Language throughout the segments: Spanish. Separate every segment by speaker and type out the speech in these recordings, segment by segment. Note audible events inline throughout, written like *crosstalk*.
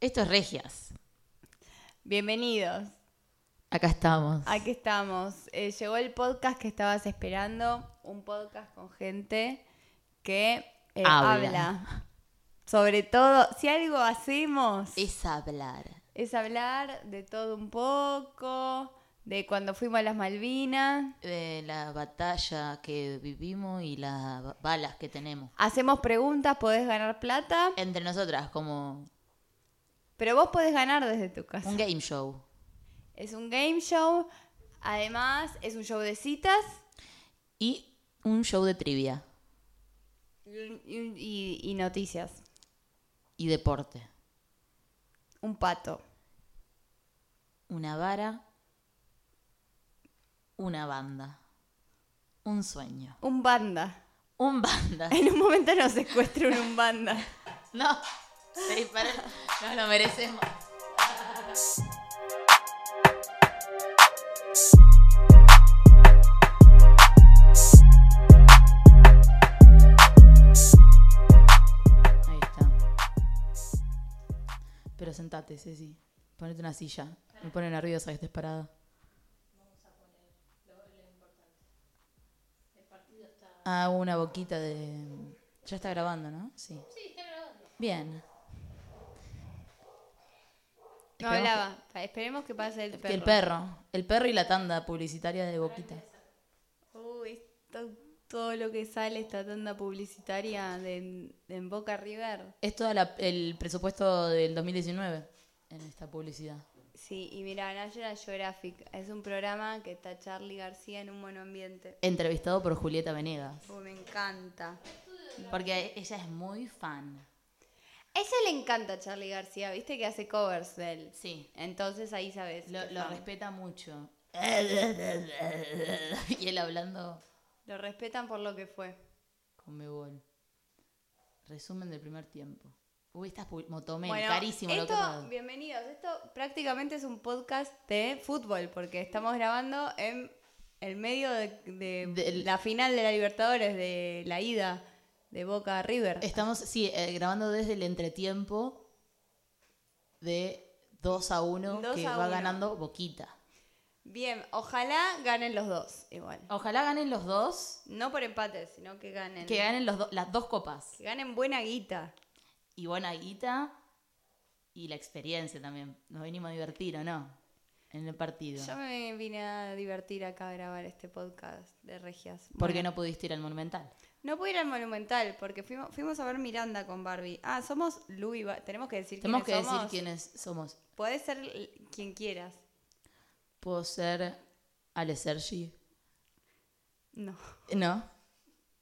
Speaker 1: Esto es Regias.
Speaker 2: Bienvenidos.
Speaker 1: Acá estamos.
Speaker 2: Aquí estamos. Eh, llegó el podcast que estabas esperando, un podcast con gente que eh,
Speaker 1: Habla.
Speaker 2: habla. Sobre todo, si algo hacemos
Speaker 1: Es hablar.
Speaker 2: es hablar de todo un poco, de cuando fuimos a las Malvinas.
Speaker 1: De la batalla que vivimos y las ba- balas que tenemos.
Speaker 2: Hacemos preguntas, podés ganar plata,
Speaker 1: Entre nosotras, como
Speaker 2: pero vos podés ganar desde tu casa.
Speaker 1: un game show.
Speaker 2: Es un game show, además es un show de citas
Speaker 1: Y un show de trivia
Speaker 2: y, y- y noticias.
Speaker 1: y deporte.
Speaker 2: Un pato,
Speaker 1: Una vara. Una banda. Un sueño.
Speaker 2: un banda.
Speaker 1: Un
Speaker 2: *laughs*
Speaker 1: banda.
Speaker 2: En un momento nos secuestra un umbanda.
Speaker 1: No, se dispara. Nos lo merecemos. Ahí está. Pero sentate, Ceci. Ponete una silla. Me pone nerviosa que estés parada. Ah, hubo una boquita de... Ya está grabando, ¿no? Sí. Bien.
Speaker 2: *laughs* No
Speaker 1: Esperemos
Speaker 2: hablaba. Esperemos que pase el
Speaker 1: que-
Speaker 2: perro.
Speaker 1: que el perro. El perro y la tanda publicitaria de Boquita.
Speaker 2: Uy, to- todo lo que sale esta tanda publicitaria de, de en Boca River.
Speaker 1: Es todo el presupuesto del 2019 en esta publicidad.
Speaker 2: Sí, y mira, National Geographic es un programa que está Charlie García en un monoambiente.
Speaker 1: Entrevistado por Julieta Venegas.
Speaker 2: Uy, me encanta.
Speaker 1: Porque ella es muy fan.
Speaker 2: A ella le encanta Charlie García, viste que hace covers de él.
Speaker 1: Sí.
Speaker 2: Entonces ahí sabes.
Speaker 1: Lo,
Speaker 2: que
Speaker 1: lo
Speaker 2: fan.
Speaker 1: respeta *laughs* mucho. y él hablando
Speaker 2: Lo respetan por lo que fue.
Speaker 1: con Bebol. Resumen del primer tiempo. Uy, estas pu- Motomel,
Speaker 2: Bueno,
Speaker 1: carísimo lo que
Speaker 2: esto,
Speaker 1: pagan.
Speaker 2: bienvenidos. Esto prácticamente es un podcast de fútbol, porque estamos grabando en el medio de, de
Speaker 1: Del-
Speaker 2: la final de la Libertadores, de la ida de Boca a River.
Speaker 1: Estamos, sí, eh, grabando desde el entretiempo de 2 a 1
Speaker 2: 2
Speaker 1: que
Speaker 2: a
Speaker 1: va
Speaker 2: 1.
Speaker 1: ganando Boquita.
Speaker 2: Bien, ojalá ganen los dos, igual.
Speaker 1: Ojalá ganen los dos,
Speaker 2: No por empates, sino que ganen.
Speaker 1: que ganen los do- las dos copas.
Speaker 2: que ganen buena guita.
Speaker 1: Y buena guita y la experiencia también. Nos venimos a divertir, ¿o no? En el partido.
Speaker 2: Yo me vine a divertir acá a grabar este podcast de Regias.
Speaker 1: Porque
Speaker 2: Bueno,
Speaker 1: no pudiste ir al Monumental.
Speaker 2: No pude ir al Monumental, porque fuimos, fuimos a ver Miranda con Barbie. Ah, somos Lu y Ba- Tenemos que decir
Speaker 1: Tenemos que
Speaker 2: quiénes
Speaker 1: decir
Speaker 2: somos?
Speaker 1: quiénes somos.
Speaker 2: Podés ser l- quien quieras.
Speaker 1: Puedo ser Ale Sergi.
Speaker 2: No.
Speaker 1: No.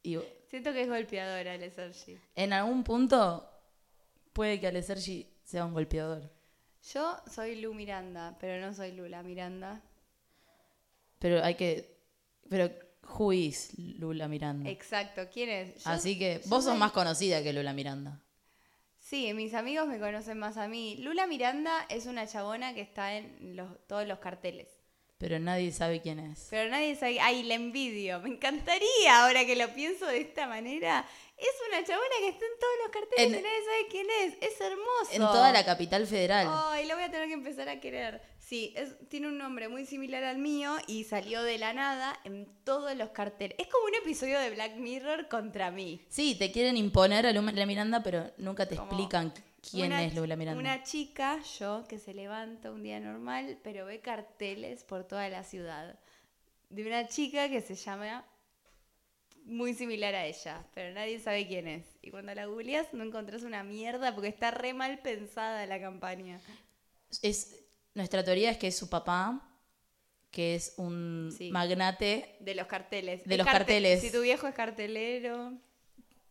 Speaker 1: Y
Speaker 2: Siento que es golpeadora el Sergi.
Speaker 1: en algún punto puede que Ale Sergi sea un golpeador.
Speaker 2: Yo soy Lu Miranda, pero no soy Lula Miranda.
Speaker 1: Pero hay que. Pero juiz Lula Miranda.
Speaker 2: Exacto. ¿Quién es? Yo-
Speaker 1: Mm. Así que
Speaker 2: yo
Speaker 1: vos sos
Speaker 2: soy-
Speaker 1: más conocida que Lula Miranda.
Speaker 2: Sí, mis amigos me conocen más a mí. Lula Miranda es una chabona que está en los, todos los carteles.
Speaker 1: Pero nadie sabe quién es.
Speaker 2: Pero nadie sabe. Ay, la envidio. Me encantaría ahora que lo pienso de esta manera. Es una chabona que está en todos los carteles
Speaker 1: En-
Speaker 2: y nadie sabe quién es. Es hermoso.
Speaker 1: En toda la capital federal.
Speaker 2: Ay, lo voy a tener que empezar a querer. Sí, es- tiene un nombre muy similar al mío y salió de la nada en todos los carteles. Es como un episodio de Black Mirror contra mí.
Speaker 1: Sí, te quieren imponer a Lula Miranda, pero nunca te
Speaker 2: Como
Speaker 1: explican quién
Speaker 2: Una-
Speaker 1: es Lula Miranda.
Speaker 2: Una chica, yo, que se levanta un día normal, pero ve carteles por toda la ciudad. De una chica que se llama muy similar a ella, pero nadie sabe quién es. Y cuando la googleas no encontrás una mierda porque está re mal pensada la campaña.
Speaker 1: Es, nuestra teoría es que es su papá, que es un
Speaker 2: Sí.
Speaker 1: magnate,
Speaker 2: De los carteles.
Speaker 1: De
Speaker 2: Es
Speaker 1: los
Speaker 2: carte-
Speaker 1: carteles.
Speaker 2: Si tu viejo es cartelero.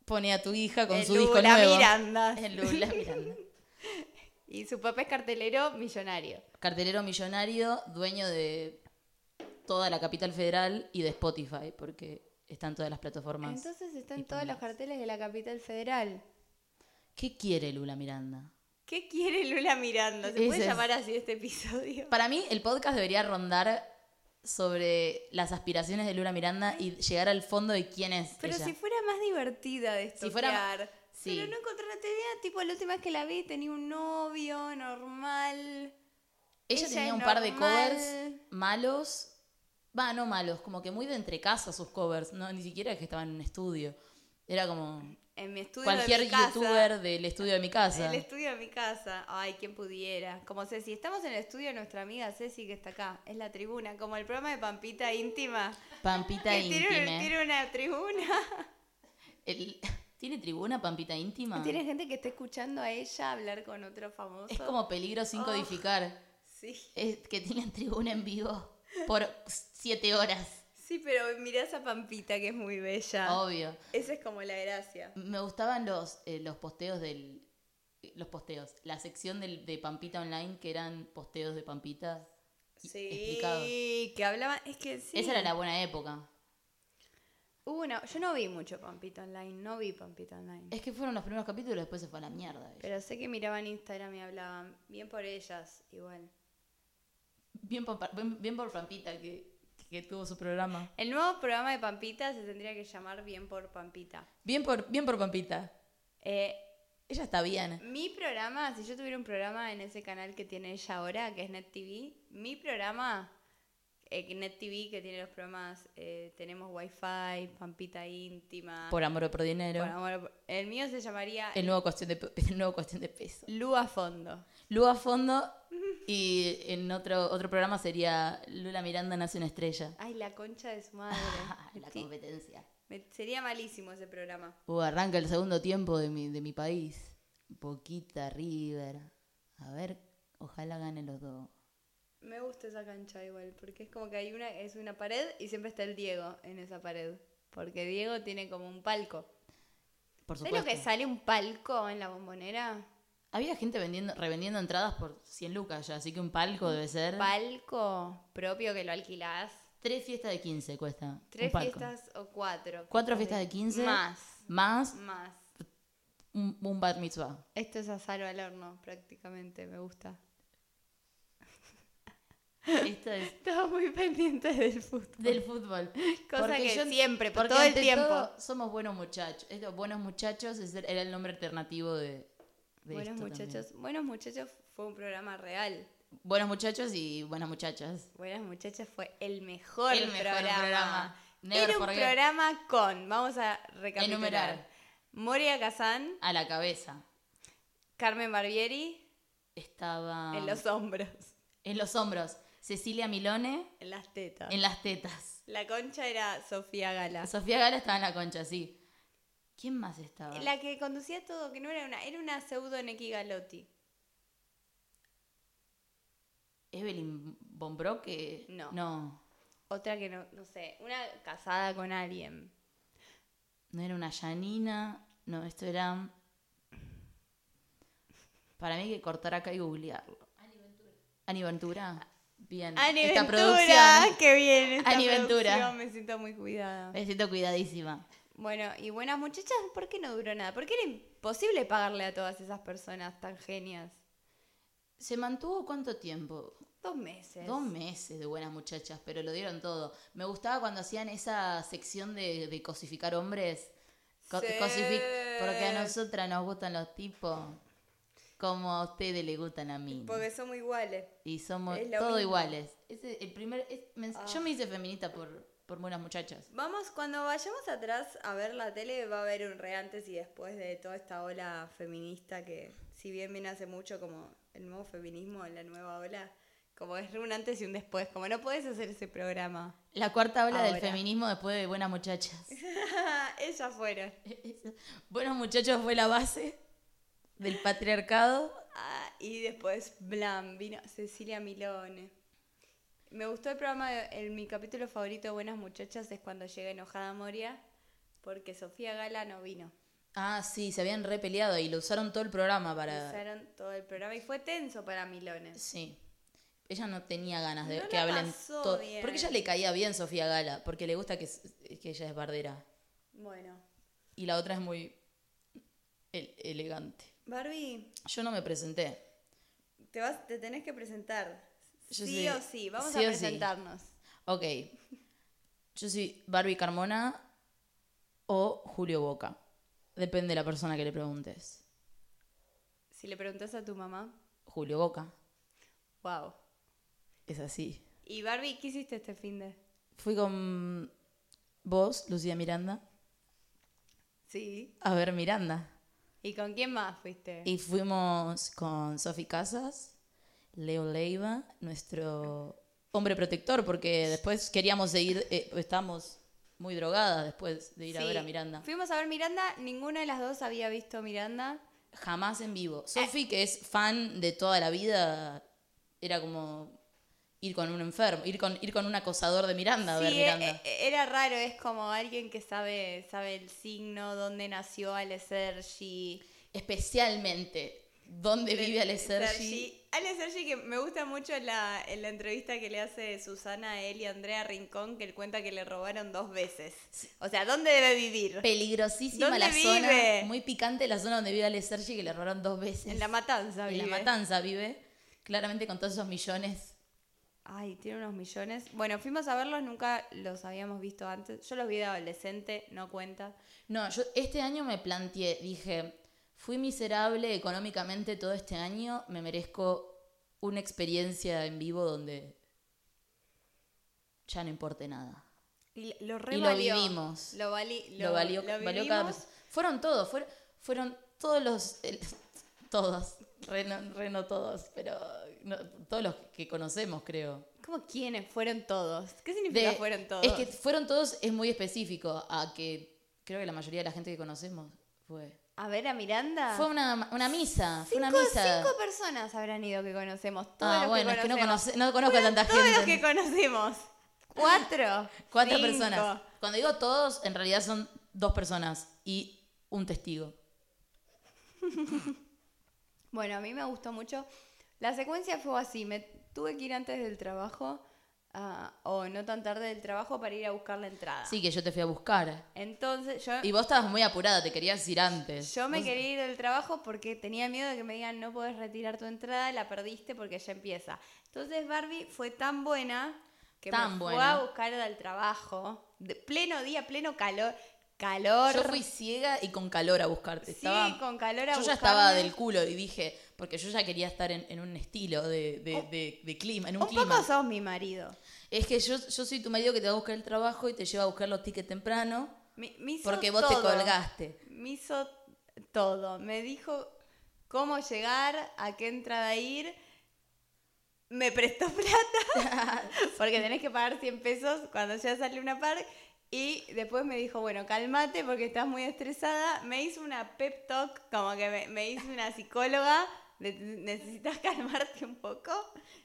Speaker 1: pone a tu hija con
Speaker 2: el
Speaker 1: su hijo
Speaker 2: Lula
Speaker 1: nuevo. *laughs*
Speaker 2: Miranda.
Speaker 1: El Lula Miranda.
Speaker 2: Y su papá es cartelero millonario.
Speaker 1: Cartelero millonario, dueño de toda la capital federal y de Spotify, porque están todas las plataformas.
Speaker 2: Entonces
Speaker 1: Y
Speaker 2: están todos los
Speaker 1: pongas.
Speaker 2: carteles de la capital federal.
Speaker 1: ¿Qué quiere Lula Miranda?
Speaker 2: ¿Qué quiere Lula Miranda? ¿Se
Speaker 1: Ese
Speaker 2: puede
Speaker 1: es-
Speaker 2: llamar así este episodio?
Speaker 1: Para mí, el podcast debería rondar sobre las aspiraciones de Lula Miranda y llegar al fondo de quién es
Speaker 2: Pero
Speaker 1: ella.
Speaker 2: si fuera más divertida de
Speaker 1: Si fuera-
Speaker 2: estudiar. Si,
Speaker 1: Sí.
Speaker 2: Pero no encontré la teoría, tipo la última vez que la vi tenía un novio normal.
Speaker 1: Ella
Speaker 2: Ella
Speaker 1: tenía
Speaker 2: es
Speaker 1: un par de
Speaker 2: normal.
Speaker 1: covers malos. Va, no malos, como que muy de entre casa sus covers. No, ni siquiera que estaban en un estudio. Era como
Speaker 2: En mi estudio
Speaker 1: cualquier
Speaker 2: de mi casa,
Speaker 1: youtuber del estudio de mi casa.
Speaker 2: El estudio de mi casa. Ay, quién pudiera. Como Ceci, estamos en el estudio de nuestra amiga Ceci que está acá. Es la tribuna, como el programa de Pampita Íntima. *laughs*
Speaker 1: Pampita
Speaker 2: Que tiene, un-
Speaker 1: íntima.
Speaker 2: tiene una
Speaker 1: *laughs*
Speaker 2: tribuna.
Speaker 1: El- *laughs* ¿Tiene tribuna Pampita íntima?
Speaker 2: Tiene gente que está escuchando a ella hablar con otro famoso.
Speaker 1: Ah. Es como peligro sin
Speaker 2: Oh.
Speaker 1: codificar.
Speaker 2: Sí.
Speaker 1: Es que tienen tribuna en vivo por siete horas,
Speaker 2: Sí, pero mirás a Pampita que es muy bella.
Speaker 1: obvio.
Speaker 2: Esa es como la gracia.
Speaker 1: Me gustaban los, eh, los posteos del. eh, Los posteos. La sección del- de Pampita Online, que eran posteos de Pampita y-
Speaker 2: Sí,
Speaker 1: explicados.
Speaker 2: que hablaba, es que sí.
Speaker 1: Esa era la buena época.
Speaker 2: Hubo una- yo no vi mucho Pampita Online, no vi Pampita Online.
Speaker 1: Es que fueron los primeros capítulos, después se fue a la mierda. ella.
Speaker 2: Pero sé que miraban Instagram y hablaban, bien por ellas, igual.
Speaker 1: Bien, por, pa- bien- bien por Pampita, que, que tuvo su programa.
Speaker 2: El nuevo programa de Pampita se tendría que llamar Bien por Pampita.
Speaker 1: Bien por, bien por Pampita.
Speaker 2: Eh,
Speaker 1: Ella está bien.
Speaker 2: mi programa, si yo tuviera un programa en ese canal que tiene ella ahora, que es Net TV, mi programa, eh, Net TV, que tiene los programas, eh, tenemos Wi-Fi, Pampita Íntima.
Speaker 1: Por amor o Ah. por dinero.
Speaker 2: Bueno, bueno, el mío se llamaría
Speaker 1: El nuevo cuestión de, pe- *laughs* el nuevo cuestión de peso.
Speaker 2: Lu a fondo.
Speaker 1: Lua a fondo y en otro, otro programa sería Lula Miranda nace una estrella.
Speaker 2: Ay, la concha de su
Speaker 1: *laughs*
Speaker 2: madre.
Speaker 1: la
Speaker 2: Sí,
Speaker 1: competencia.
Speaker 2: me- sería malísimo ese programa.
Speaker 1: Uh, arranca el segundo tiempo de mi, de mi país. Poquita River. A ver, ojalá ganen los dos.
Speaker 2: Me gusta esa cancha igual, porque es como que hay una, es una pared y siempre está el Diego en esa pared. Porque Diego tiene como un palco.
Speaker 1: Por
Speaker 2: ¿Sabes lo
Speaker 1: supuesto.
Speaker 2: que sale un palco en la bombonera?
Speaker 1: Había gente vendiendo, revendiendo entradas por 100 lucas ya, así que un palco debe ser.
Speaker 2: Palco propio que lo alquilás.
Speaker 1: Tres fiestas de 15 cuesta. un
Speaker 2: Tres
Speaker 1: palco.
Speaker 2: fiestas o cuatro.
Speaker 1: Cuatro fiestas de 15.
Speaker 2: Más,
Speaker 1: Más
Speaker 2: más.
Speaker 1: un, un bar
Speaker 2: *laughs*
Speaker 1: mitzvah.
Speaker 2: Esto es asalo al horno prácticamente, me gusta. *laughs*
Speaker 1: Esto es
Speaker 2: Estaba muy pendiente del fútbol.
Speaker 1: del fútbol.
Speaker 2: *laughs* Cosa
Speaker 1: Porque
Speaker 2: que
Speaker 1: yo-
Speaker 2: siempre, por
Speaker 1: porque
Speaker 2: todo el
Speaker 1: ante
Speaker 2: tiempo.
Speaker 1: todo, somos buenos muchachos. Estos buenos muchachos es- era el nombre alternativo de, de
Speaker 2: Buenos
Speaker 1: esto también.
Speaker 2: muchachos. Buenos muchachos fue un programa real.
Speaker 1: Buenos muchachos y buenas muchachas.
Speaker 2: Buenas muchachas fue el mejor,
Speaker 1: El mejor
Speaker 2: programa.
Speaker 1: programa. Never
Speaker 2: Era un
Speaker 1: forget.
Speaker 2: programa con, vamos a recapitular.
Speaker 1: Enumerar.
Speaker 2: Moria Kazán,
Speaker 1: A la cabeza
Speaker 2: Carmen Barbieri,
Speaker 1: estaba
Speaker 2: en los hombros, *laughs*
Speaker 1: en los hombros Cecilia Milone
Speaker 2: en las tetas.
Speaker 1: en las tetas.
Speaker 2: La concha era Sofía Gala.
Speaker 1: Sofía Gala estaba en la concha, sí. ¿Quién más estaba?
Speaker 2: La que conducía todo, que no era una, era una pseudo Neki Galotti.
Speaker 1: Evelyn Bombroque.
Speaker 2: No.
Speaker 1: No,
Speaker 2: Otra que no, no sé, una casada con alguien.
Speaker 1: no era una Janina. No, esto era. Para mí hay que cortar acá y googlearlo. Ani Ventura. Bien.
Speaker 2: Ani
Speaker 1: Esta
Speaker 2: Ventura,
Speaker 1: producción.
Speaker 2: qué bien esta
Speaker 1: Ani Ventura.
Speaker 2: producción, me siento muy cuidada.
Speaker 1: Me siento cuidadísima.
Speaker 2: Bueno, y buenas muchachas, ¿por qué no duró nada? Porque era imposible pagarle a todas esas personas tan genias.
Speaker 1: ¿Se mantuvo cuánto tiempo?
Speaker 2: Dos meses.
Speaker 1: Dos meses de buenas muchachas, pero lo dieron todo. Me gustaba cuando hacían esa sección de, de cosificar hombres. Co-
Speaker 2: Sí.
Speaker 1: cosific- porque a nosotras nos gustan los tipos como a ustedes les gustan a mí.
Speaker 2: Porque somos iguales.
Speaker 1: Y somos
Speaker 2: es lo
Speaker 1: todos
Speaker 2: mismo.
Speaker 1: iguales. Ese, el primer, es- me-
Speaker 2: Ah.
Speaker 1: Yo me hice feminista por, por buenas muchachas.
Speaker 2: Vamos, cuando vayamos atrás a ver la tele, va a haber un re antes y después de toda esta ola feminista que, si bien viene hace mucho como el nuevo feminismo, la nueva ola, como es un antes y un después, como no puedes hacer ese programa.
Speaker 1: La cuarta ola del
Speaker 2: Ahora.
Speaker 1: feminismo después de buenas muchachas. *laughs*
Speaker 2: Ah, Ellas fueron.
Speaker 1: buenos muchachos fue la base del patriarcado.
Speaker 2: Ah, y después, blam, vino Cecilia Milone. Me gustó el programa, de- el, mi capítulo favorito de Buenas Muchachas es cuando llega enojada Moria, porque Sofía Gala no vino.
Speaker 1: Ah, sí, se habían repeleado y lo usaron todo el programa para...
Speaker 2: Usaron todo el programa y fue tenso para Milone.
Speaker 1: Sí. Ella no tenía ganas de
Speaker 2: No
Speaker 1: que
Speaker 2: la
Speaker 1: hablen
Speaker 2: pasó
Speaker 1: todo.
Speaker 2: bien.
Speaker 1: Porque ella le caía bien Sofía Gala, porque le gusta que, es- que ella es bardera.
Speaker 2: Bueno,
Speaker 1: Y la otra es muy el- elegante.
Speaker 2: Barbie,
Speaker 1: Yo no me presenté.
Speaker 2: te, vas, te tenés que presentar.
Speaker 1: Yo
Speaker 2: sí
Speaker 1: sé.
Speaker 2: o sí, vamos
Speaker 1: Sí
Speaker 2: a
Speaker 1: o sí.
Speaker 2: presentarnos.
Speaker 1: Ok. Yo soy Barbie Carmona o Julio Boca. Depende de la persona que le preguntes.
Speaker 2: Si le preguntas a tu mamá,
Speaker 1: Julio Boca,
Speaker 2: wow.
Speaker 1: es así.
Speaker 2: ¿Y Barbie, qué hiciste este fin de?
Speaker 1: Fui con vos, Lucía Miranda,
Speaker 2: Sí.
Speaker 1: a ver Miranda.
Speaker 2: ¿Y con quién más fuiste?
Speaker 1: Y fuimos con Sofi Casas, Leo Leiva, nuestro hombre protector, porque después queríamos seguir, eh, estábamos muy drogadas después de ir a
Speaker 2: Sí.
Speaker 1: ver a Miranda.
Speaker 2: Fuimos a ver Miranda, ninguna de las dos había visto Miranda.
Speaker 1: Jamás en vivo.
Speaker 2: Eh.
Speaker 1: Sofi, que es fan de toda la vida, era como ir con un enfermo, ir con, ir con un acosador de Miranda a ver
Speaker 2: Sí, e-
Speaker 1: Miranda.
Speaker 2: e- era raro, es como alguien que sabe, sabe el signo, dónde nació Ale Sergi.
Speaker 1: Especialmente, ¿dónde vive Ale Sergi?
Speaker 2: Ale Sergi, que me gusta mucho la, en la entrevista que le hace Susana a él y Andrea Rincón, que él cuenta que le robaron dos veces. O sea, ¿dónde debe vivir?
Speaker 1: Peligrosísima
Speaker 2: ¿Dónde
Speaker 1: la
Speaker 2: vive?
Speaker 1: zona, muy picante la zona donde vive Ale Sergi, que le robaron dos veces.
Speaker 2: En la matanza,
Speaker 1: En la
Speaker 2: vive.
Speaker 1: matanza vive, claramente con todos esos millones.
Speaker 2: Ay, tiene unos millones. Bueno, fuimos a verlos, nunca los habíamos visto antes. Yo los vi de adolescente, no cuenta.
Speaker 1: No, yo este año me planteé, dije, fui miserable económicamente todo este año, me merezco una experiencia en vivo donde ya no importe nada.
Speaker 2: Y lo
Speaker 1: revalió.
Speaker 2: Lo,
Speaker 1: Lo
Speaker 2: vali-
Speaker 1: Lo, valió, valió cada
Speaker 2: vivimos.
Speaker 1: pers- Fueron todos, fueron, fueron todos los... el- *laughs* todos, reno, reno todos, pero no, todos los que conocemos creo.
Speaker 2: ¿Cómo quiénes? Fueron todos. ¿Qué significa
Speaker 1: de-
Speaker 2: fueron todos?
Speaker 1: Es que fueron todos es muy específico a que creo que la mayoría de la gente que conocemos fue.
Speaker 2: A ver, a Miranda.
Speaker 1: Fue una, una misa, fue
Speaker 2: Ah. cinco,
Speaker 1: una misa.
Speaker 2: cinco personas habrán ido que conocemos. Todos
Speaker 1: ah,
Speaker 2: los
Speaker 1: bueno,
Speaker 2: que
Speaker 1: es que no,
Speaker 2: conocemos.
Speaker 1: conoce- no conozco a tanta
Speaker 2: todos
Speaker 1: gente.
Speaker 2: los que conocemos.
Speaker 1: *laughs*
Speaker 2: Cuatro.
Speaker 1: ¿Cuántas
Speaker 2: cinco.
Speaker 1: personas? Cuando digo todos, en realidad son dos personas y un testigo.
Speaker 2: Bueno, a mí me gustó mucho. La secuencia fue así, me tuve que ir antes del trabajo, ah, o no tan tarde del trabajo, para ir a buscar la entrada.
Speaker 1: Sí, que yo te fui a buscar.
Speaker 2: Entonces yo,
Speaker 1: Y vos estabas muy apurada, te querías ir antes.
Speaker 2: yo me quería ir del trabajo porque tenía miedo de que me digan no puedes retirar tu entrada, la perdiste porque ya empieza. Entonces Barbie fue tan buena que
Speaker 1: Tan
Speaker 2: me fue
Speaker 1: buena.
Speaker 2: a buscar al trabajo, de pleno día, pleno calor, calor.
Speaker 1: Yo fui ciega y con calor a buscarte.
Speaker 2: sí,
Speaker 1: Estaba-
Speaker 2: con calor a
Speaker 1: Yo ya
Speaker 2: buscarme.
Speaker 1: estaba del culo y dije, porque yo ya quería estar en, en un estilo de, de- de- de clima, en un,
Speaker 2: Oh. Un
Speaker 1: clima.
Speaker 2: poco sos mi marido.
Speaker 1: Es que yo, yo soy tu marido que te va a buscar el trabajo y te lleva a buscar los tickets temprano
Speaker 2: Me- me hizo
Speaker 1: porque vos te
Speaker 2: todo.
Speaker 1: colgaste.
Speaker 2: Me hizo todo. Me dijo cómo llegar, a qué entrada ir. Me prestó *laughs*
Speaker 1: *laughs*
Speaker 2: plata, porque tenés que pagar 100 pesos cuando llegas a Luna Park. Y después me dijo, bueno, cálmate porque estás muy estresada. Me hizo una pep talk, como que me, me hizo una psicóloga. de- necesitas calmarte un poco.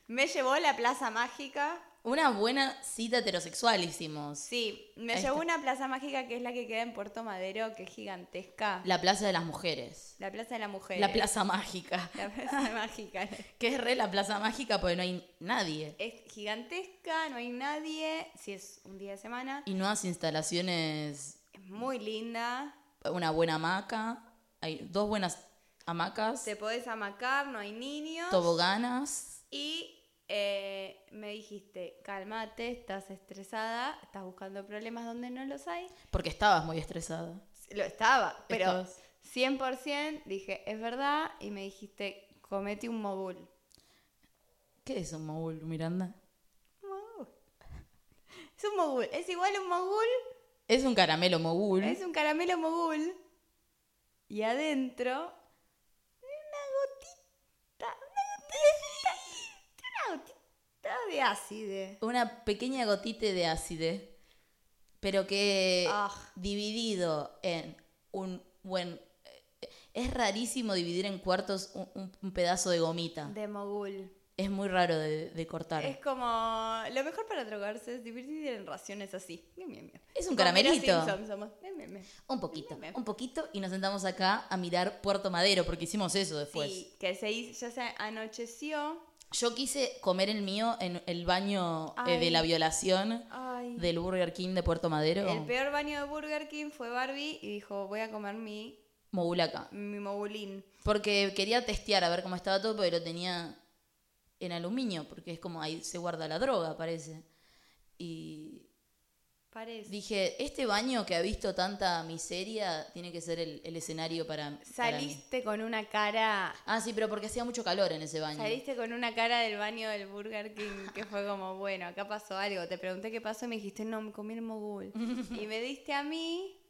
Speaker 2: Me llevó a la Plaza Mágica.
Speaker 1: Una buena cita heterosexual hicimos.
Speaker 2: Sí, me
Speaker 1: Ahí
Speaker 2: llevó a
Speaker 1: está.
Speaker 2: una Plaza Mágica que es la que queda en Puerto Madero, que es gigantesca.
Speaker 1: La Plaza de las Mujeres.
Speaker 2: La Plaza de la Mujer.
Speaker 1: La Plaza Mágica. *laughs*
Speaker 2: *laughs* La Plaza Mágica.
Speaker 1: Que es re la Plaza Mágica porque no hay nadie.
Speaker 2: Es gigantesca, no hay nadie, si es un día de semana.
Speaker 1: Y nuevas instalaciones,
Speaker 2: Es muy linda.
Speaker 1: una buena hamaca, hay dos buenas hamacas,
Speaker 2: Te podés amacar, no hay niños.
Speaker 1: toboganas.
Speaker 2: Y eh, me dijiste, cálmate, estás estresada, estás buscando problemas donde no los hay.
Speaker 1: Porque estabas muy estresada.
Speaker 2: Lo estaba, pero
Speaker 1: Estabas.
Speaker 2: 100% dije, es verdad. Y me dijiste, comete un mogul.
Speaker 1: ¿Qué es un mogul, Miranda?
Speaker 2: Mogul. Es un mogul, es igual un mogul
Speaker 1: Es un caramelo mogul.
Speaker 2: Es un caramelo mogul. Y adentro. Una gotita. Una gotita. Una gotita de ácido.
Speaker 1: una pequeña gotita de ácido, pero que
Speaker 2: Ah.
Speaker 1: dividido en un buen... eh, Es rarísimo dividir en cuartos un, un- un pedazo de gomita.
Speaker 2: De mogul.
Speaker 1: Es muy raro de, de cortar.
Speaker 2: Es
Speaker 1: Es,
Speaker 2: como. Lo mejor para drogarse es divertir en raciones así. Miam, miam, miam.
Speaker 1: un
Speaker 2: Como Homero
Speaker 1: caramelito.
Speaker 2: Simpson somos. Miam, miam, miam.
Speaker 1: Un poquito,
Speaker 2: Meme.
Speaker 1: un poquito. Y nos sentamos acá a mirar Puerto Madero, porque hicimos eso después.
Speaker 2: Sí, que se hizo, ya se anocheció.
Speaker 1: Yo quise comer el mío en el baño eh,
Speaker 2: Ay.
Speaker 1: de la violación
Speaker 2: Ay.
Speaker 1: del Burger King de Puerto Madero.
Speaker 2: El peor baño de Burger King fue Barbie y dijo: Voy a comer mi,
Speaker 1: Mogul acá.
Speaker 2: mi mogulín.
Speaker 1: Porque quería testear a ver cómo estaba todo, pero lo tenía en aluminio, porque es como ahí se guarda la droga, parece. Y
Speaker 2: Parece.
Speaker 1: Dije, este baño que ha visto tanta miseria tiene que ser el, el escenario para, para mí.
Speaker 2: Saliste con una cara.
Speaker 1: Ah, sí, pero porque hacía mucho calor en ese baño.
Speaker 2: Saliste con una cara del baño del Burger King que fue como, bueno, acá pasó algo. Te pregunté qué pasó y me dijiste, no, me comí
Speaker 1: *laughs*
Speaker 2: el mogul. y me diste a mí.